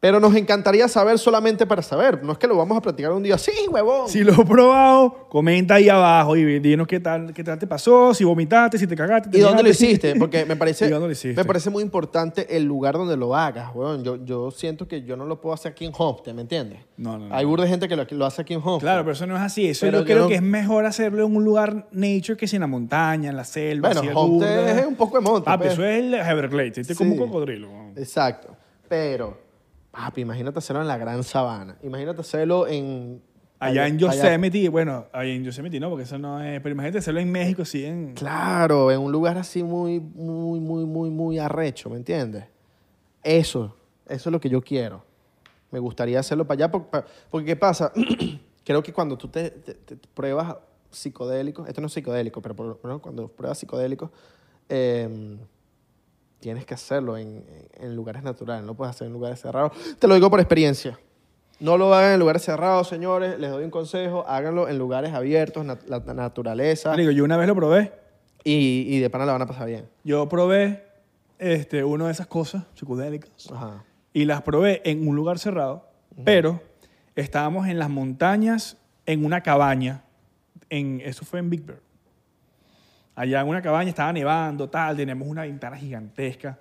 S2: pero nos encantaría saber solamente para saber. No es que lo vamos a practicar un día. Sí, huevón.
S1: Si lo he probado, comenta ahí abajo y dinos qué tal, qué tal te pasó, si vomitaste, si te cagaste. te
S2: ¿Y dónde lo
S1: llenaste.
S2: hiciste? Porque me parece,
S1: ¿Y dónde lo hiciste?
S2: me parece muy importante el lugar donde lo hagas, weón. Yo, yo siento que yo no lo puedo hacer aquí en Homestead, ¿me entiendes?
S1: No, no, no.
S2: Hay burda de gente que lo, lo hace aquí en Homestead.
S1: Claro, pero eso no es así. Eso
S2: Pero
S1: yo
S2: que
S1: creo
S2: no-
S1: que es mejor hacerlo en un lugar nature que si en la montaña, en la selva.
S2: Bueno,
S1: así al
S2: Homestead
S1: burda.
S2: es un poco de monte,
S1: Papi,
S2: pues.
S1: eso es el Everglades. Este es como un
S2: Sí.
S1: cocodrilo. weón.
S2: Exacto. Pero, papi, imagínate hacerlo en la Gran Sabana. Imagínate hacerlo en...
S1: Allá en
S2: allá-
S1: Yosemite, bueno, allá en Yosemite no, porque eso no es. Pero imagínate hacerlo en México, sí, en.
S2: Claro, en un lugar así muy, muy, muy, muy, muy arrecho, ¿me entiendes? Eso, eso es lo que yo quiero. Me gustaría hacerlo para allá, por- pa- porque, ¿qué pasa? Creo que cuando tú te, te- te pruebas psicodélicos, esto no es psicodélico, pero por lo menos cuando pruebas psicodélicos, eh, tienes que hacerlo en, en lugares naturales, no lo puedes hacer en lugares cerrados. Te lo digo por experiencia. No lo hagan en lugares cerrados, señores. Les doy un consejo, háganlo en lugares abiertos, nat- la la naturaleza.
S1: Digo, yo una vez lo probé.
S2: Y, y de pana la van a pasar bien.
S1: Yo probé este, una de esas cosas psicodélicas
S2: Ajá.
S1: y las probé en un lugar cerrado, pero estábamos en las montañas en una cabaña. En, eso fue en Big Bear. Allá en una cabaña estaba nevando, tal, tenemos una ventana gigantesca.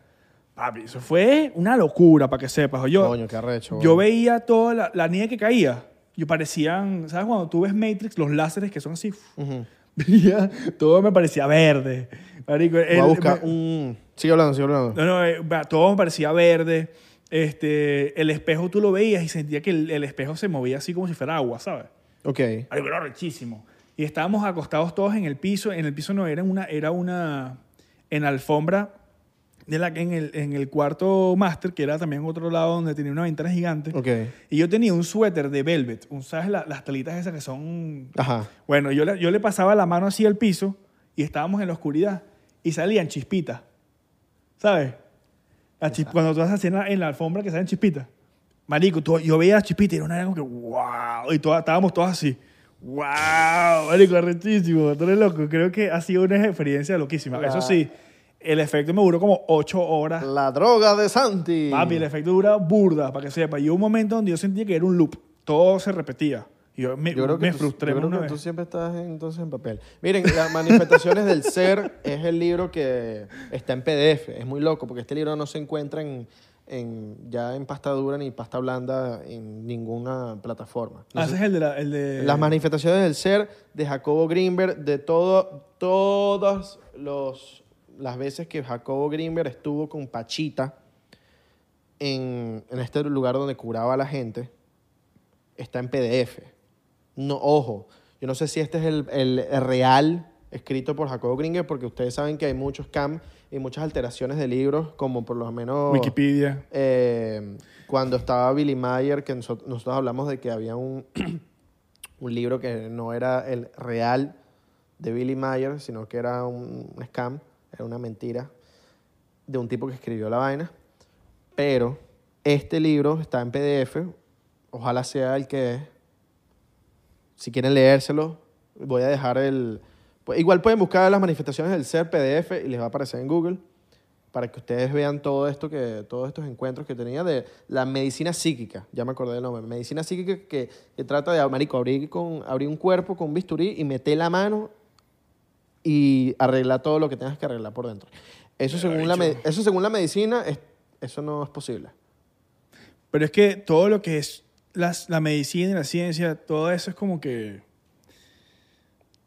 S1: Papi, eso fue una locura, para que sepas. Yo,
S2: Coño, qué arrecho.
S1: yo
S2: weón.
S1: veía toda la, la nieve que caía. Yo parecían, ¿sabes? Cuando tú ves Matrix, los láseres que son así.
S2: Ujú.
S1: Veía, todo me parecía verde. Marico,
S2: Voy a
S1: el-
S2: buscar
S1: me-
S2: un... Sigue hablando, sigue hablando.
S1: no, no, eh, va- todo me parecía verde. Este, el espejo tú lo veías y sentía que el, el espejo se movía así como si fuera agua, ¿sabes?
S2: Ok.
S1: Ay, pero rechísimo. Y estábamos acostados todos en el piso. En el piso no, era una, era una, en alfombra, de la, en, el, en el cuarto master, que era también otro lado donde tenía una ventana gigante.
S2: Ok.
S1: Y yo tenía un suéter de velvet, un- ¿sabes? La- las talitas esas que son
S2: Ajá.
S1: bueno, yo le, yo le pasaba la mano así al piso y estábamos en la oscuridad y salían chispitas. ¿Sabes? La chis- cuando tú vas así en la, en la alfombra que salen chispitas. Marico, tú- yo veía las chispitas y era una vaina como que wow. Y todas- estábamos todos así. ¡Wow! Marico, arrechísimo. Tú eres loco. Creo que ha sido una experiencia loquísima.
S2: La-
S1: Eso sí, el efecto me duró como ocho horas.
S2: La droga de Santi.
S1: Papi, el efecto dura burda, para que sepa. Y hubo un momento donde yo sentía que era un loop. Todo se repetía. Y yo me,
S2: Yo creo que
S1: me
S2: tú,
S1: frustré
S2: yo creo
S1: una
S2: que
S1: vez.
S2: tú siempre estás en- entonces en papel. Miren, las manifestaciones del ser es el libro que está en PDF. Es muy loco porque este libro no se encuentra en, en- ya en pasta dura ni pasta blanda en ninguna plataforma. No
S1: Ah,
S2: sé-
S1: ese es el de, la- el de-
S2: Las manifestaciones del ser de Jacobo Greenberg, de todo, todas los, las veces que Jacobo Greenberg estuvo con Pachita en, en este lugar donde curaba a la gente, está en PDF. No, ojo, yo no sé si este es el, el real escrito por Jacobo Greenberg, porque ustedes saben que hay muchos cam y muchas alteraciones de libros, como por lo menos...
S1: Wikipedia.
S2: Eh, cuando estaba Billy Mayer, que noso- nosotros hablamos de que había un, un libro que no era el real de Billy Mayer, sino que era un, un scam, era una mentira de un tipo que escribió la vaina. Pero este libro está en PDF, ojalá sea el que es. Si quieren leérselo, voy a dejar el... pues, igual pueden buscar las manifestaciones del ser PDF y les va a aparecer en Google para que ustedes vean todo esto que todos estos encuentros que tenía de la medicina psíquica ya me acordé del nombre medicina psíquica que, que trata de marico abrir con abrir un cuerpo con bisturí y meter la mano y arreglar todo lo que tengas que arreglar por dentro eso según la me- eso según la medicina es- eso no es posible
S1: Pero es que todo lo que es las- la medicina y la ciencia, todo eso es como que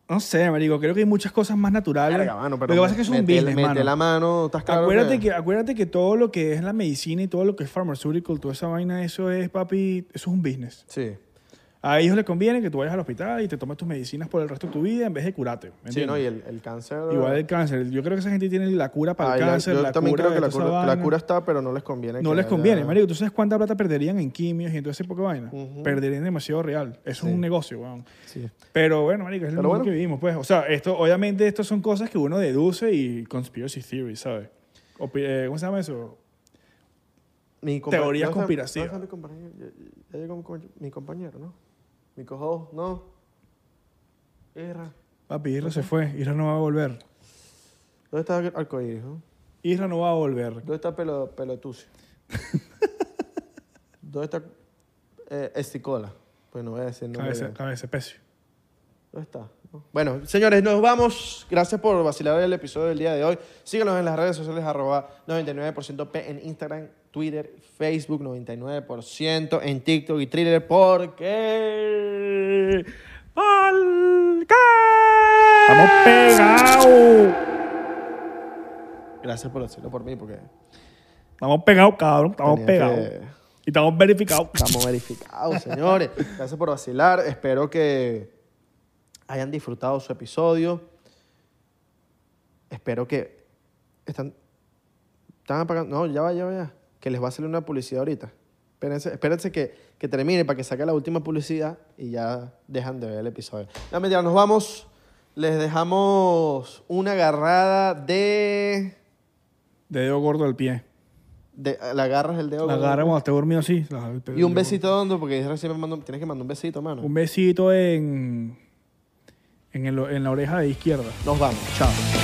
S1: No sé, marico, creo que hay muchas cosas más naturales.
S2: Verga, mano,
S1: lo
S2: pero
S1: que pasa es que es un
S2: mete-
S1: business,
S2: mete
S1: mano.
S2: la mano, estás claro
S1: acuérdate, que... acuérdate que todo lo que es la medicina y todo lo que es pharmaceutical, toda esa vaina, eso es, papi, eso es un business.
S2: Sí.
S1: A ellos les conviene que tú vayas al hospital y te tomes tus medicinas por el resto de tu vida en vez de curarte. ¿me
S2: Sí,
S1: entiendes?
S2: ¿no? Y el, el cáncer...
S1: Igual el cáncer. Yo creo que esa gente tiene la cura para
S2: Ah,
S1: el
S2: ya,
S1: cáncer.
S2: Yo
S1: la
S2: también
S1: cura
S2: creo que
S1: de
S2: la
S1: toda esa
S2: cura, la
S1: vaina.
S2: cura está, pero no les conviene.
S1: No
S2: que
S1: les
S2: haya-
S1: conviene, marico. ¿Tú sabes cuánta plata perderían en quimios y entonces poca vaina?
S2: Ujú.
S1: Perderían demasiado real. Eso
S2: Sí.
S1: es un negocio, weón.
S2: Sí.
S1: Pero bueno, marico, es lo
S2: Pero bueno.
S1: que vivimos, pues. O sea, esto, obviamente, estas son cosas que uno deduce y conspiracy theory, ¿sabes? Opi- eh, ¿Cómo se llama eso?
S2: Mi compa-
S1: Teorías
S2: ¿no está-
S1: conspirativas.
S2: no está mi compañero? Ya, ya llegó mi, compañero- mi compañero, ¿no? Mi cojo, no. Isra.
S1: Papi, Isra se fue. Isra no va a volver.
S2: ¿Dónde está el arcoíris, no?
S1: Isra no va a volver.
S2: ¿Dónde está pelo, pelotucio? ¿Dónde está eh, esticola? Pues no voy a decir nombre.
S1: Cabeza,
S2: bien.
S1: cabeza, pecio.
S2: ¿Dónde está? No. Bueno, señores, nos vamos. Gracias por vacilar el episodio del día de hoy. Síganos en las redes sociales, arroba 99% P en Instagram, Twitter, Facebook, 99% en TikTok y Thriller, porque...
S1: ¡Estamos pegados!
S2: Gracias por decirlo por mí, porque
S1: Estamos pegados, cabrón. Estamos
S2: Tenía
S1: pegados.
S2: que-
S1: Y estamos verificados.
S2: estamos verificados, señores. Gracias por vacilar. Espero que hayan disfrutado su episodio. Espero que... Están, están apagando... No, ya va, ya va, ya. Que les va a salir una publicidad ahorita. Espérense, espérense que, que termine para que saque la última publicidad y ya dejan de ver el episodio. No, mentira, nos vamos. Les dejamos una agarrada de...
S1: Dedo gordo al pie.
S2: de la agarras el dedo.
S1: La
S2: con-
S1: agarra cuando esté dormido así. la- el
S2: Y un
S1: dedo-
S2: besito dónde, porque recién me mando, tienes que mandar un besito, mano.
S1: Un besito en, en, el- en la oreja de izquierda.
S2: Nos vamos. Chao.